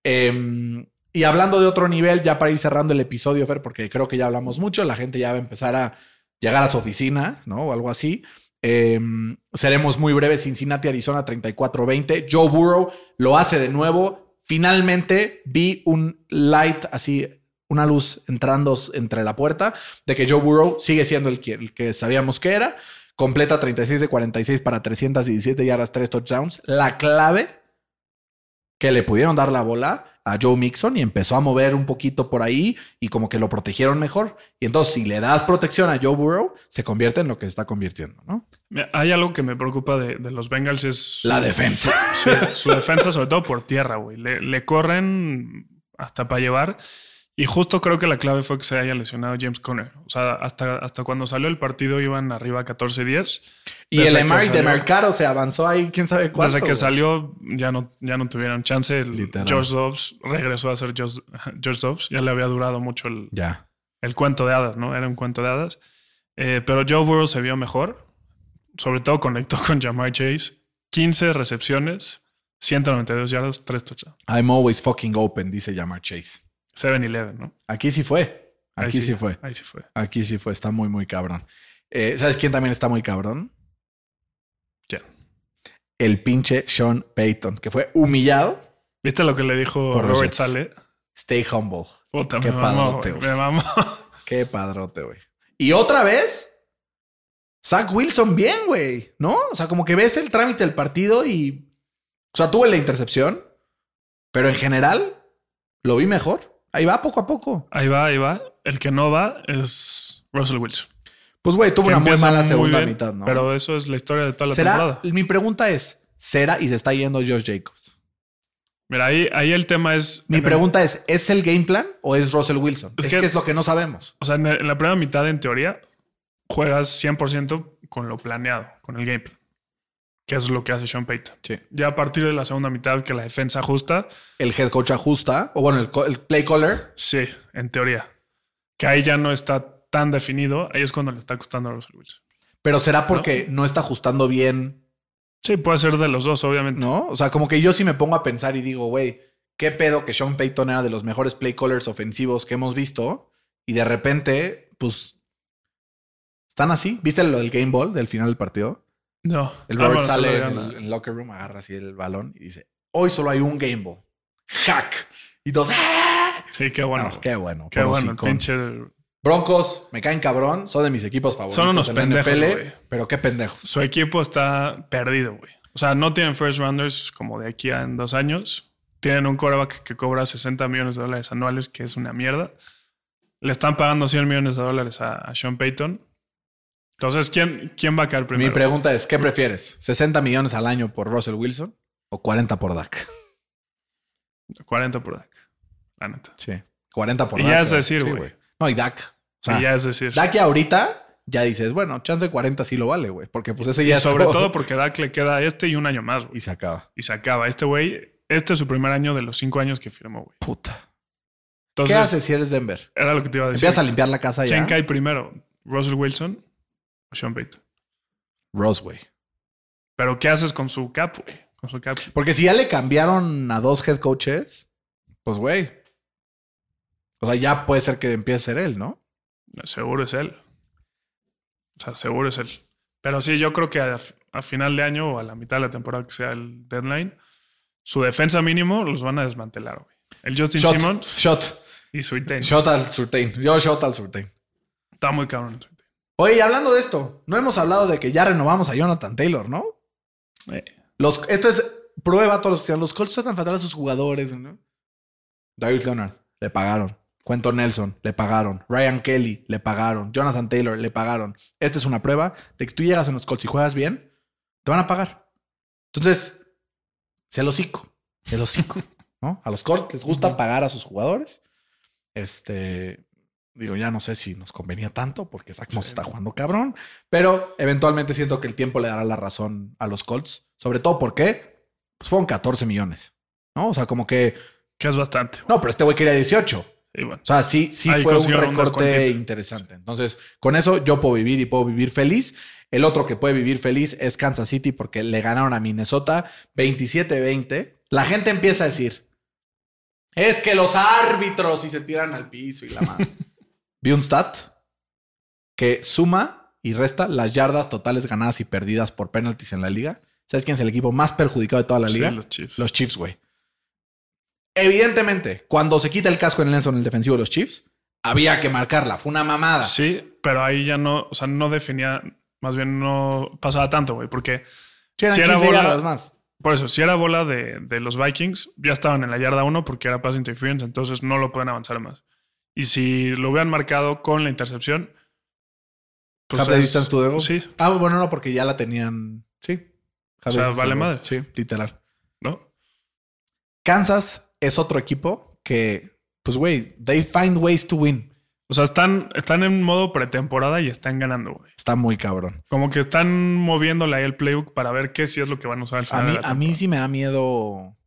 Speaker 4: Em, y hablando de otro nivel, ya para ir cerrando el episodio, Fer, porque creo que ya hablamos mucho, la gente ya va a empezar a llegar a su oficina, ¿no? O algo así. Em, seremos muy breves. Cincinnati, Arizona, 34-20. Joe Burrow lo hace de nuevo. Finalmente vi un light así, una luz entrando entre la puerta de que Joe Burrow sigue siendo el que, el que sabíamos que era. Completa 36 de 46 para 317 yardas, 3 touchdowns. La clave que le pudieron dar la bola a Joe Mixon y empezó a mover un poquito por ahí y como que lo protegieron mejor. Y entonces, si le das protección a Joe Burrow, se convierte en lo que se está convirtiendo, ¿no?
Speaker 5: Mira, hay algo que me preocupa de, de los Bengals es su-
Speaker 4: La defensa.
Speaker 5: Sí, su defensa, sobre todo por tierra, güey. Le, le corren hasta para llevar. Y justo creo que la clave fue que se haya lesionado James Conner. O sea, hasta, hasta cuando salió el partido iban arriba 14-10.
Speaker 4: Y
Speaker 5: Desde
Speaker 4: el
Speaker 5: que
Speaker 4: Emery de
Speaker 5: salió-
Speaker 4: Mercado se avanzó ahí, quién sabe cuánto.
Speaker 5: Desde que
Speaker 4: güey.
Speaker 5: salió ya no, ya no tuvieron chance. El
Speaker 4: Literal.
Speaker 5: George Dobbs regresó a ser George, George Dobbs. Ya le había durado mucho el,
Speaker 4: Ya.
Speaker 5: el cuento de hadas, ¿no? Era un cuento de hadas. Eh, pero Joe Burrow se vio mejor. Sobre todo conectó con Jamar Chase. 15 recepciones, 192 yardas, 3 touchdowns.
Speaker 4: I'm always fucking open, dice Jamar Chase.
Speaker 5: 7-11, ¿no?
Speaker 4: Aquí sí fue.
Speaker 5: Ahí
Speaker 4: Aquí sí fue.
Speaker 5: Ahí sí fue.
Speaker 4: Aquí sí fue. Está muy, muy cabrón. Eh, ¿Sabes quién también está muy cabrón?
Speaker 5: Ya.
Speaker 4: El pinche Sean Payton, que fue humillado
Speaker 5: ¿Viste lo que le dijo
Speaker 4: Por los
Speaker 5: Robert
Speaker 4: Jets.
Speaker 5: Sale?
Speaker 4: Stay humble.
Speaker 5: Puta,
Speaker 4: Qué
Speaker 5: me mamó,
Speaker 4: padrote,
Speaker 5: güey,
Speaker 4: güey.
Speaker 5: me mamó.
Speaker 4: Qué padrote, güey. Y otra vez, Zach Wilson bien, güey, ¿no? O sea, como que ves el trámite del partido y... O sea, tuve la intercepción, pero en general lo vi mejor. Ahí va poco a poco.
Speaker 5: Ahí va, ahí va. El que no va es Russell Wilson.
Speaker 4: Pues, güey, tuvo
Speaker 5: que
Speaker 4: una muy
Speaker 5: empieza
Speaker 4: mala segunda
Speaker 5: bien,
Speaker 4: mitad, ¿no?
Speaker 5: Pero eso es la historia de toda la
Speaker 4: ¿Será?
Speaker 5: temporada.
Speaker 4: Mi pregunta es, ¿será y se está yendo Josh Jacobs?
Speaker 5: Mira, ahí, ahí el tema es.
Speaker 4: Mi
Speaker 5: en el-
Speaker 4: pregunta es, ¿es el game plan o es Russell Wilson?
Speaker 5: Es
Speaker 4: Es,
Speaker 5: que-
Speaker 4: que es lo que no sabemos.
Speaker 5: o sea, en, el- en la primera mitad, en teoría, juegas 100% con lo planeado, con el game plan, que es lo que hace Sean Payton.
Speaker 4: Sí.
Speaker 5: Ya a partir de la segunda mitad, que la defensa ajusta,
Speaker 4: El head coach ajusta, o bueno, el, co- el play caller.
Speaker 5: sí, en teoría. Que ahí ya no está tan definido, ahí es cuando le está costando a Russell Wilson.
Speaker 4: Pero será porque no está ajustando bien
Speaker 5: Sí, puede ser de los dos, obviamente.
Speaker 4: ¿No? O sea, como que yo sí me pongo a pensar y digo, güey, qué pedo que Sean Payton era de los mejores play callers ofensivos que hemos visto y de repente, pues, están así. ¿Viste lo del game ball del final del partido?
Speaker 5: No.
Speaker 4: El Robert
Speaker 5: Ah, bueno, se lo
Speaker 4: sale en
Speaker 5: dieron a-
Speaker 4: el en locker room, agarra así el balón y dice, hoy solo hay un game ball. Hack. Y dos. ¡ah!
Speaker 5: Sí, qué bueno.
Speaker 4: No, qué bueno.
Speaker 5: Qué
Speaker 4: por
Speaker 5: bueno, el
Speaker 4: hocicón.
Speaker 5: pinche.
Speaker 4: Broncos, me caen cabrón, son de mis equipos favoritos.
Speaker 5: Son unos
Speaker 4: en
Speaker 5: pendejos,
Speaker 4: la NFL,
Speaker 5: güey.
Speaker 4: pero qué pendejos.
Speaker 5: Su equipo está perdido, güey. O sea, no tienen first rounders como de aquí a en dos años. Tienen un coreback que cobra 60 millones de dólares anuales, que es una mierda. Le están pagando 100 millones de dólares a, a Sean Payton. Entonces, ¿quién, ¿quién va a caer primero?
Speaker 4: Mi pregunta es, ¿qué prefieres? ¿60 millones al año por Russell Wilson o 40 por Dak?
Speaker 5: 40 por Dak. La neta.
Speaker 4: Sí. 40 por
Speaker 5: Y
Speaker 4: Dak,
Speaker 5: ya es
Speaker 4: güey.
Speaker 5: decir,
Speaker 4: Sí,
Speaker 5: güey.
Speaker 4: no, y Dak. O sea,
Speaker 5: Y ya es decir.
Speaker 4: Ah. Dak ya ahorita ya dices, bueno, chance 40 sí lo vale, güey. Porque pues ese ya
Speaker 5: y
Speaker 4: es
Speaker 5: sobre
Speaker 4: como-
Speaker 5: todo porque Dak le queda este y un año más, güey.
Speaker 4: Y se acaba.
Speaker 5: Y se acaba. Este güey, este es su primer año de los cinco años que firmó, güey.
Speaker 4: Puta.
Speaker 5: Entonces, pues,
Speaker 4: ¿Qué haces si eres Denver?
Speaker 5: Era lo que te iba a decir.
Speaker 4: Empiezas a limpiar la casa
Speaker 5: ¿Quién
Speaker 4: ya.
Speaker 5: cae primero? ¿Russell Wilson o Sean Payton?
Speaker 4: Ross, güey.
Speaker 5: Pero ¿qué haces con su cap, güey? Con su cap.
Speaker 4: Porque si ya le cambiaron a dos head coaches, pues, güey. O sea, ya puede ser que empiece a ser él, ¿no?
Speaker 5: Seguro es él. O sea, seguro es él. Pero sí, yo creo que a, a final de año o a la mitad de la temporada que sea el deadline, su defensa mínimo los van a desmantelar, güey. El Justin
Speaker 4: Shot,
Speaker 5: Simmons
Speaker 4: shot,
Speaker 5: y su Iten.
Speaker 4: shot al Surtain. Yo shot al Surtain.
Speaker 5: Está muy cabrón. Sweet Tain.
Speaker 4: Oye, y hablando de esto, no hemos hablado de que ya renovamos a Jonathan Taylor, ¿no?
Speaker 5: Eh,
Speaker 4: Los, esta es prueba a todos los que tienen. Los Colts tratan fatal a sus jugadores, ¿no? David Leonard, le pagaron. Cuento Nelson, le pagaron. Ryan Kelly, le pagaron. Jonathan Taylor, le pagaron. Esta es una prueba de que tú llegas en los Colts y juegas bien, te van a pagar. Entonces, se los hocico. Se los hocico, ¿no? A los Colts les gusta
Speaker 5: Ujú.
Speaker 4: pagar a sus jugadores. Este, digo, ya no sé si nos convenía tanto porque Zach Moss está jugando cabrón, pero eventualmente siento que el tiempo le dará la razón a los Colts, sobre todo porque pues fueron 14 millones, ¿no? O sea, como que,
Speaker 5: que es bastante. güey.
Speaker 4: no, pero este güey quería 18. O
Speaker 5: Y bueno,
Speaker 4: sea, sí, sí
Speaker 5: Ahí
Speaker 4: fue un
Speaker 5: consiguieron un
Speaker 4: recorte
Speaker 5: descuentito.
Speaker 4: interesante. Entonces, con eso yo puedo vivir y puedo vivir feliz. El otro que puede vivir feliz es Kansas City porque le ganaron a Minnesota 27-20. La gente empieza a decir, es que los árbitros y se tiran al piso y la madre. Vi un stat que suma y resta las yardas totales ganadas y perdidas por penalties en la liga. ¿Sabes quién es el equipo más perjudicado de toda la
Speaker 5: sí,
Speaker 4: liga?
Speaker 5: los Chiefs.
Speaker 4: Los Chiefs, güey. Evidentemente, cuando se quita el casco en Nelson, el defensivo de los Chiefs, había que marcarla. Fue una mamada.
Speaker 5: Sí, pero ahí ya no, o sea, no definía, más bien no pasaba tanto, güey, porque
Speaker 4: Sí, eran
Speaker 5: si era
Speaker 4: 15
Speaker 5: bola-
Speaker 4: yardas más.
Speaker 5: Por eso, si era bola de, de los Vikings, ya estaban en la yarda 1 porque era pass interference, entonces no lo pueden avanzar más. Y si lo hubieran marcado con la intercepción,
Speaker 4: Half the distance to the goal.
Speaker 5: Pues Sí,
Speaker 4: Ah, bueno, no, porque ya la tenían. Sí.
Speaker 5: O sea,
Speaker 4: Javis,
Speaker 5: vale
Speaker 4: sí,
Speaker 5: madre.
Speaker 4: Sí, literal.
Speaker 5: ¿no?
Speaker 4: Kansas es otro equipo que, pues, güey, they find ways to win.
Speaker 5: O sea, están, están en modo pretemporada y están ganando, güey.
Speaker 4: Está muy cabrón.
Speaker 5: Como que están moviéndole ahí el playbook para ver qué sí es lo que van a usar al
Speaker 4: A
Speaker 5: final.
Speaker 4: mí,
Speaker 5: de la
Speaker 4: a mí
Speaker 5: temporada.
Speaker 4: sí me da miedo,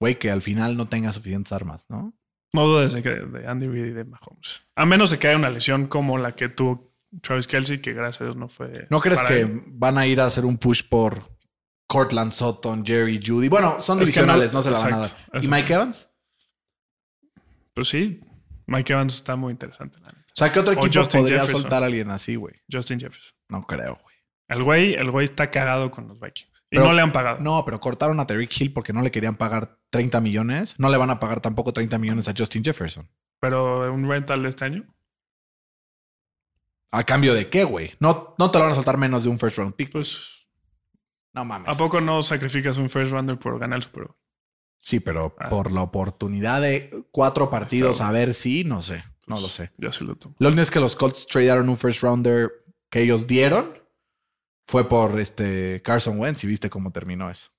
Speaker 4: güey, que al final no tenga suficientes armas, ¿no?
Speaker 5: No dudes de, que- de Andy Reid y de Mahomes. A menos de que haya una lesión como la que tuvo Travis Kelsey, que gracias a Dios no fue.
Speaker 4: ¿No crees
Speaker 5: para
Speaker 4: que
Speaker 5: él.
Speaker 4: van a ir a hacer un push por Cortland Sutton, Jerry, Judy? Bueno, son
Speaker 5: Es que
Speaker 4: divisionales,
Speaker 5: no-
Speaker 4: no, se la van a dar.
Speaker 5: exacto,
Speaker 4: ¿Y
Speaker 5: exacto.
Speaker 4: Mike Evans?
Speaker 5: Pues sí, Mike Evans está muy interesante, la neta.
Speaker 4: O sea, ¿qué otro
Speaker 5: O
Speaker 4: equipo
Speaker 5: Justin
Speaker 4: podría
Speaker 5: Jefferson.
Speaker 4: soltar a alguien así, güey?
Speaker 5: Justin Jefferson.
Speaker 4: No creo, güey.
Speaker 5: El güey, el güey está cagado con los Vikings. Y
Speaker 4: Pero-
Speaker 5: no le han pagado.
Speaker 4: No, pero cortaron a Tyreek Hill porque no le querían pagar 30 millones. No le van a pagar tampoco 30 millones a Justin Jefferson.
Speaker 5: Pero un rental este año.
Speaker 4: ¿A cambio de qué, güey? No, no te lo van a soltar menos de un first round pick.
Speaker 5: Pues,
Speaker 4: No mames.
Speaker 5: ¿a poco no sacrificas un first rounder por ganar el Super Bowl?
Speaker 4: Sí, pero
Speaker 5: Ah.
Speaker 4: por la oportunidad de cuatro partidos,
Speaker 5: Está
Speaker 4: a ver si, no sé. No lo
Speaker 5: Pues,
Speaker 4: sé.
Speaker 5: Yo sí lo tomo.
Speaker 4: Lo único es que los Colts tradearon un first rounder que ellos dieron. Fue por este Carson Wentz y viste cómo terminó eso.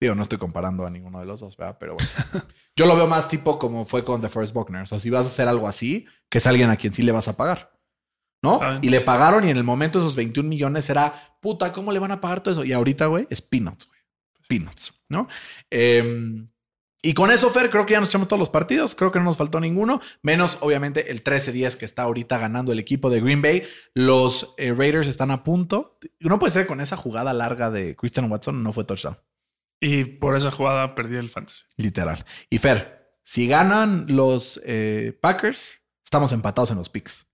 Speaker 4: Digo, no estoy comparando a ninguno de los dos, ¿verdad? Pero bueno. Yo lo veo más tipo como fue con The First Buckner. O sea, si vas a hacer algo así, que es alguien a quien sí le vas a pagar. ¿No?
Speaker 5: Está bien.
Speaker 4: Y le pagaron y en el momento esos 21 millones era, puta, ¿cómo le van a pagar todo eso? Y ahorita, güey, es peanuts, güey. Peanuts, ¿no? Em, y con eso, Fer, creo que ya nos echamos todos los partidos. Creo que no nos faltó ninguno, menos obviamente el 13-10 que está ahorita ganando el equipo de Green Bay. Los eh, Raiders están a punto. No puede ser con esa jugada larga de Christian Watson, no fue touchdown,
Speaker 5: Y por esa jugada perdí el fantasy.
Speaker 4: literal. Y Fer, si ganan los eh, Packers, estamos empatados en los picks.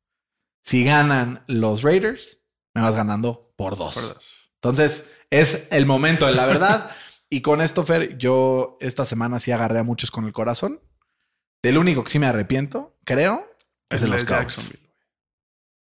Speaker 4: Si ganan los Raiders, me vas ganando por dos.
Speaker 5: ¿Recuerdas?
Speaker 4: Entonces, es el momento de la verdad. y con esto, Fer, yo esta semana sí agarré a muchos con el corazón. Del único que sí me arrepiento, creo, es de
Speaker 5: El de
Speaker 4: los Cowboys.
Speaker 5: Jacksonville.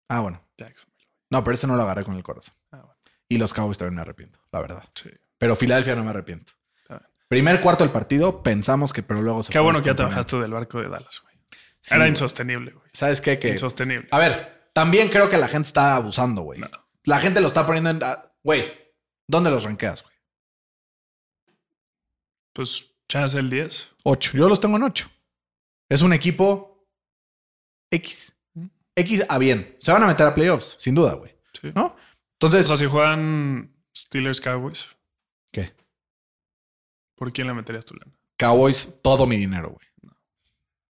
Speaker 4: Ah, bueno.
Speaker 5: Jacksonville.
Speaker 4: No, pero ese no lo agarré con el corazón.
Speaker 5: Ah, bueno.
Speaker 4: Y los Cowboys también me arrepiento, la verdad.
Speaker 5: Sí.
Speaker 4: Pero Filadelfia no me arrepiento.
Speaker 5: Está bien.
Speaker 4: Primer cuarto del partido, pensamos que, pero luego se
Speaker 5: Qué
Speaker 4: fue
Speaker 5: bueno que ya
Speaker 4: descomponiendo.
Speaker 5: trabajaste del barco de Dallas, güey.
Speaker 4: Sí,
Speaker 5: Era
Speaker 4: güey.
Speaker 5: insostenible, güey.
Speaker 4: ¿Sabes qué? Que,
Speaker 5: Insostenible.
Speaker 4: a ver, también creo que la gente está abusando, güey.
Speaker 5: No.
Speaker 4: La gente lo está poniendo en. ah, Güey, ¿dónde los ranqueas, güey?
Speaker 5: Pues chance el 10.
Speaker 4: Ocho. Yo los tengo en ocho. Es un equipo X. X a bien. Se van a meter a playoffs, sin duda, güey.
Speaker 5: Sí.
Speaker 4: ¿No?
Speaker 5: O
Speaker 4: Entonces.
Speaker 5: sea, si juegan Steelers Cowboys,
Speaker 4: ¿Qué?
Speaker 5: ¿por quién le meterías tu lana?
Speaker 4: Cowboys, todo mi dinero, güey.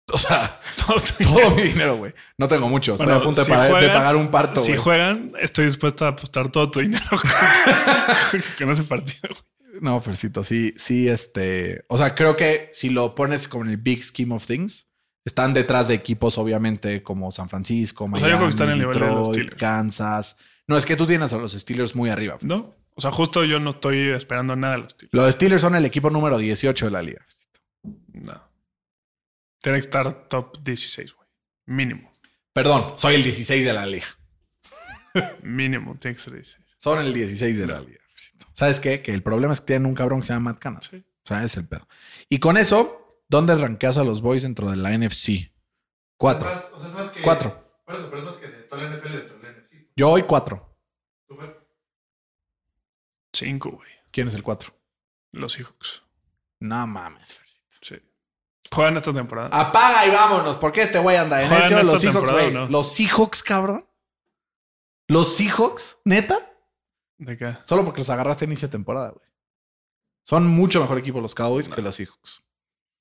Speaker 4: O sea, todo mi dinero, güey. No tengo mucho. Estoy
Speaker 5: Bueno,
Speaker 4: a punto de,
Speaker 5: si
Speaker 4: pagar, de
Speaker 5: juegan-
Speaker 4: pagar un parto,
Speaker 5: si
Speaker 4: güey.
Speaker 5: juegan, estoy dispuesto a apostar todo tu dinero con- con ese partido. güey.
Speaker 4: No, Fercito, sí, sí, este. O sea, creo que si lo pones como en el big scheme of things, están detrás de equipos, obviamente, como San Francisco,
Speaker 5: sea,
Speaker 4: Miami,
Speaker 5: yo creo que están en el nivel de los
Speaker 4: Detroit,
Speaker 5: Steelers.
Speaker 4: Kansas. No, es que tú tienes a los Steelers muy arriba. Fer.
Speaker 5: ¿No? O sea, justo yo no estoy esperando nada de los Steelers.
Speaker 4: Los Steelers son el equipo número 18 de la liga.
Speaker 5: No. Tiene que estar top 16, güey. Mínimo.
Speaker 4: Perdón, soy el 16 de la liga.
Speaker 5: Mínimo. Tiene que ser 16.
Speaker 4: Son el 16 de la liga. ¿Sabes qué? Que el problema es que tienen un cabrón que se llama Matt Canas.
Speaker 5: Sí.
Speaker 4: O sea, ese es el pedo. Y con eso, ¿dónde ranqueas a los boys dentro de la NFC? Cuatro.
Speaker 1: Es más- o sea, es más que.
Speaker 4: Cuatro.
Speaker 1: Por eso, pero es más que de toda la NFL dentro de la NFC.
Speaker 4: Yo hoy cuatro.
Speaker 1: Tú, Fer,
Speaker 5: 5, güey.
Speaker 4: ¿Quién es el cuatro?
Speaker 5: Los Seahawks.
Speaker 4: No mames, Fercito.
Speaker 5: Sí. Juegan esta temporada.
Speaker 4: Apaga y vámonos, porque este güey anda en
Speaker 5: Juegan
Speaker 4: necio.
Speaker 5: esta
Speaker 4: Los Seahawks,
Speaker 5: temporada,
Speaker 4: güey.
Speaker 5: ¿no?
Speaker 4: Los Seahawks, cabrón. Los Seahawks, neta.
Speaker 5: ¿De qué?
Speaker 4: Solo porque los agarraste a inicio de temporada, güey. Son mucho mejor equipo los Cowboys que los Seahawks.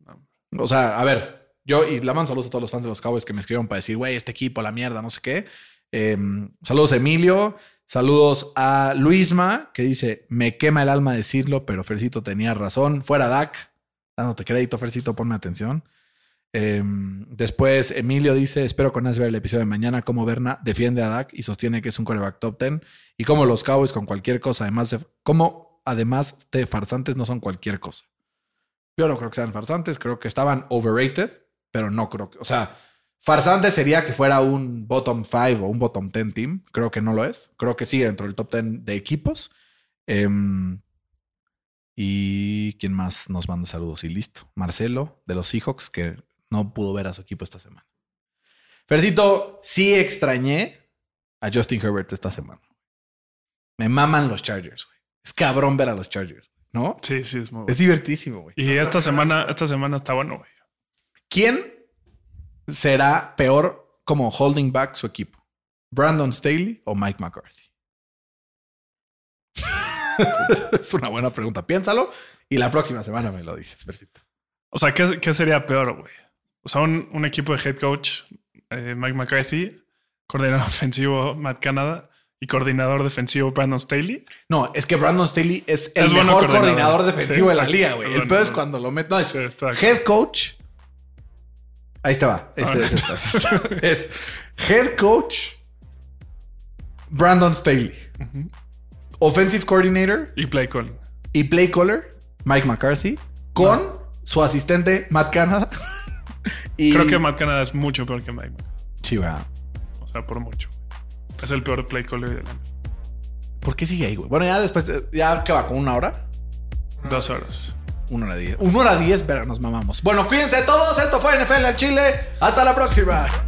Speaker 5: No.
Speaker 4: O sea, a ver, yo y le mando saludos a todos los fans de los Cowboys que me escribieron para decir, güey, este equipo, la mierda, no sé qué. Eh, saludos a Emilio, saludos a Luisma, que dice, me quema el alma decirlo, pero Fercito tenía razón. Fuera DAC, dándote crédito, Fercito, ponme atención. Eh, después Emilio dice, espero con ansias ver el episodio de mañana, cómo Berna defiende a DAC y sostiene que es un coreback top 10 y cómo los Cowboys con cualquier cosa, además de, cómo además de farsantes no son cualquier cosa. Yo no creo que sean farsantes, creo que estaban overrated, pero no creo que, o sea, farsante sería que fuera un bottom 5 o un bottom 10 team, creo que no lo es, creo que sigue dentro del top 10 de equipos. Em, y quién más nos manda saludos y listo, Marcelo de los Seahawks que no pudo ver a su equipo esta semana. Fercito, sí extrañé a Justin Herbert esta semana. Me maman los Chargers, güey. Es cabrón ver a los Chargers, ¿no?
Speaker 5: Sí, sí, es muy bueno.
Speaker 4: Es divertísimo, güey.
Speaker 5: Y esta semana, esta semana está bueno, güey.
Speaker 4: ¿Quién será peor como holding back su equipo? ¿Brandon Staley o Mike McCarthy? es una buena pregunta. Piénsalo y la próxima semana me lo dices, Percito.
Speaker 5: O sea, ¿qué, qué sería peor, güey? O sea, un, un equipo de head coach, eh, Mike McCarthy, coordinador ofensivo Matt Canada y coordinador defensivo Brandon Staley.
Speaker 4: No, es que Brandon Staley es el
Speaker 5: Es bueno
Speaker 4: mejor
Speaker 5: coordinador.
Speaker 4: coordinador defensivo
Speaker 5: Sí,
Speaker 4: de la
Speaker 5: sí,
Speaker 4: liga,
Speaker 5: sí,
Speaker 4: güey.
Speaker 5: es
Speaker 4: el
Speaker 5: bueno,
Speaker 4: peor es
Speaker 5: bueno.
Speaker 4: cuando lo mete. No, es
Speaker 5: Sí, está de
Speaker 4: head coach. Ahí te va. Este,
Speaker 5: Ah,
Speaker 4: es, esta, es esta. Es head coach Brandon Staley. Offensive coordinator
Speaker 5: Y play calling.
Speaker 4: y play caller Mike McCarthy con
Speaker 5: Ah.
Speaker 4: su asistente Matt Canada. y
Speaker 5: Creo que Matt Canada es mucho peor que Mike. McCarthy.
Speaker 4: Sí, va.
Speaker 5: O sea, por mucho. Es el peor play caller de la NFL.
Speaker 4: ¿Por qué sigue ahí, güey? Bueno, ya después, eh, ya que va, con una hora.
Speaker 5: Dos horas.
Speaker 4: Una hora diez. Una hora diez, pero nos mamamos. Bueno, cuídense todos. Esto fue NFL al Chile. Hasta la próxima.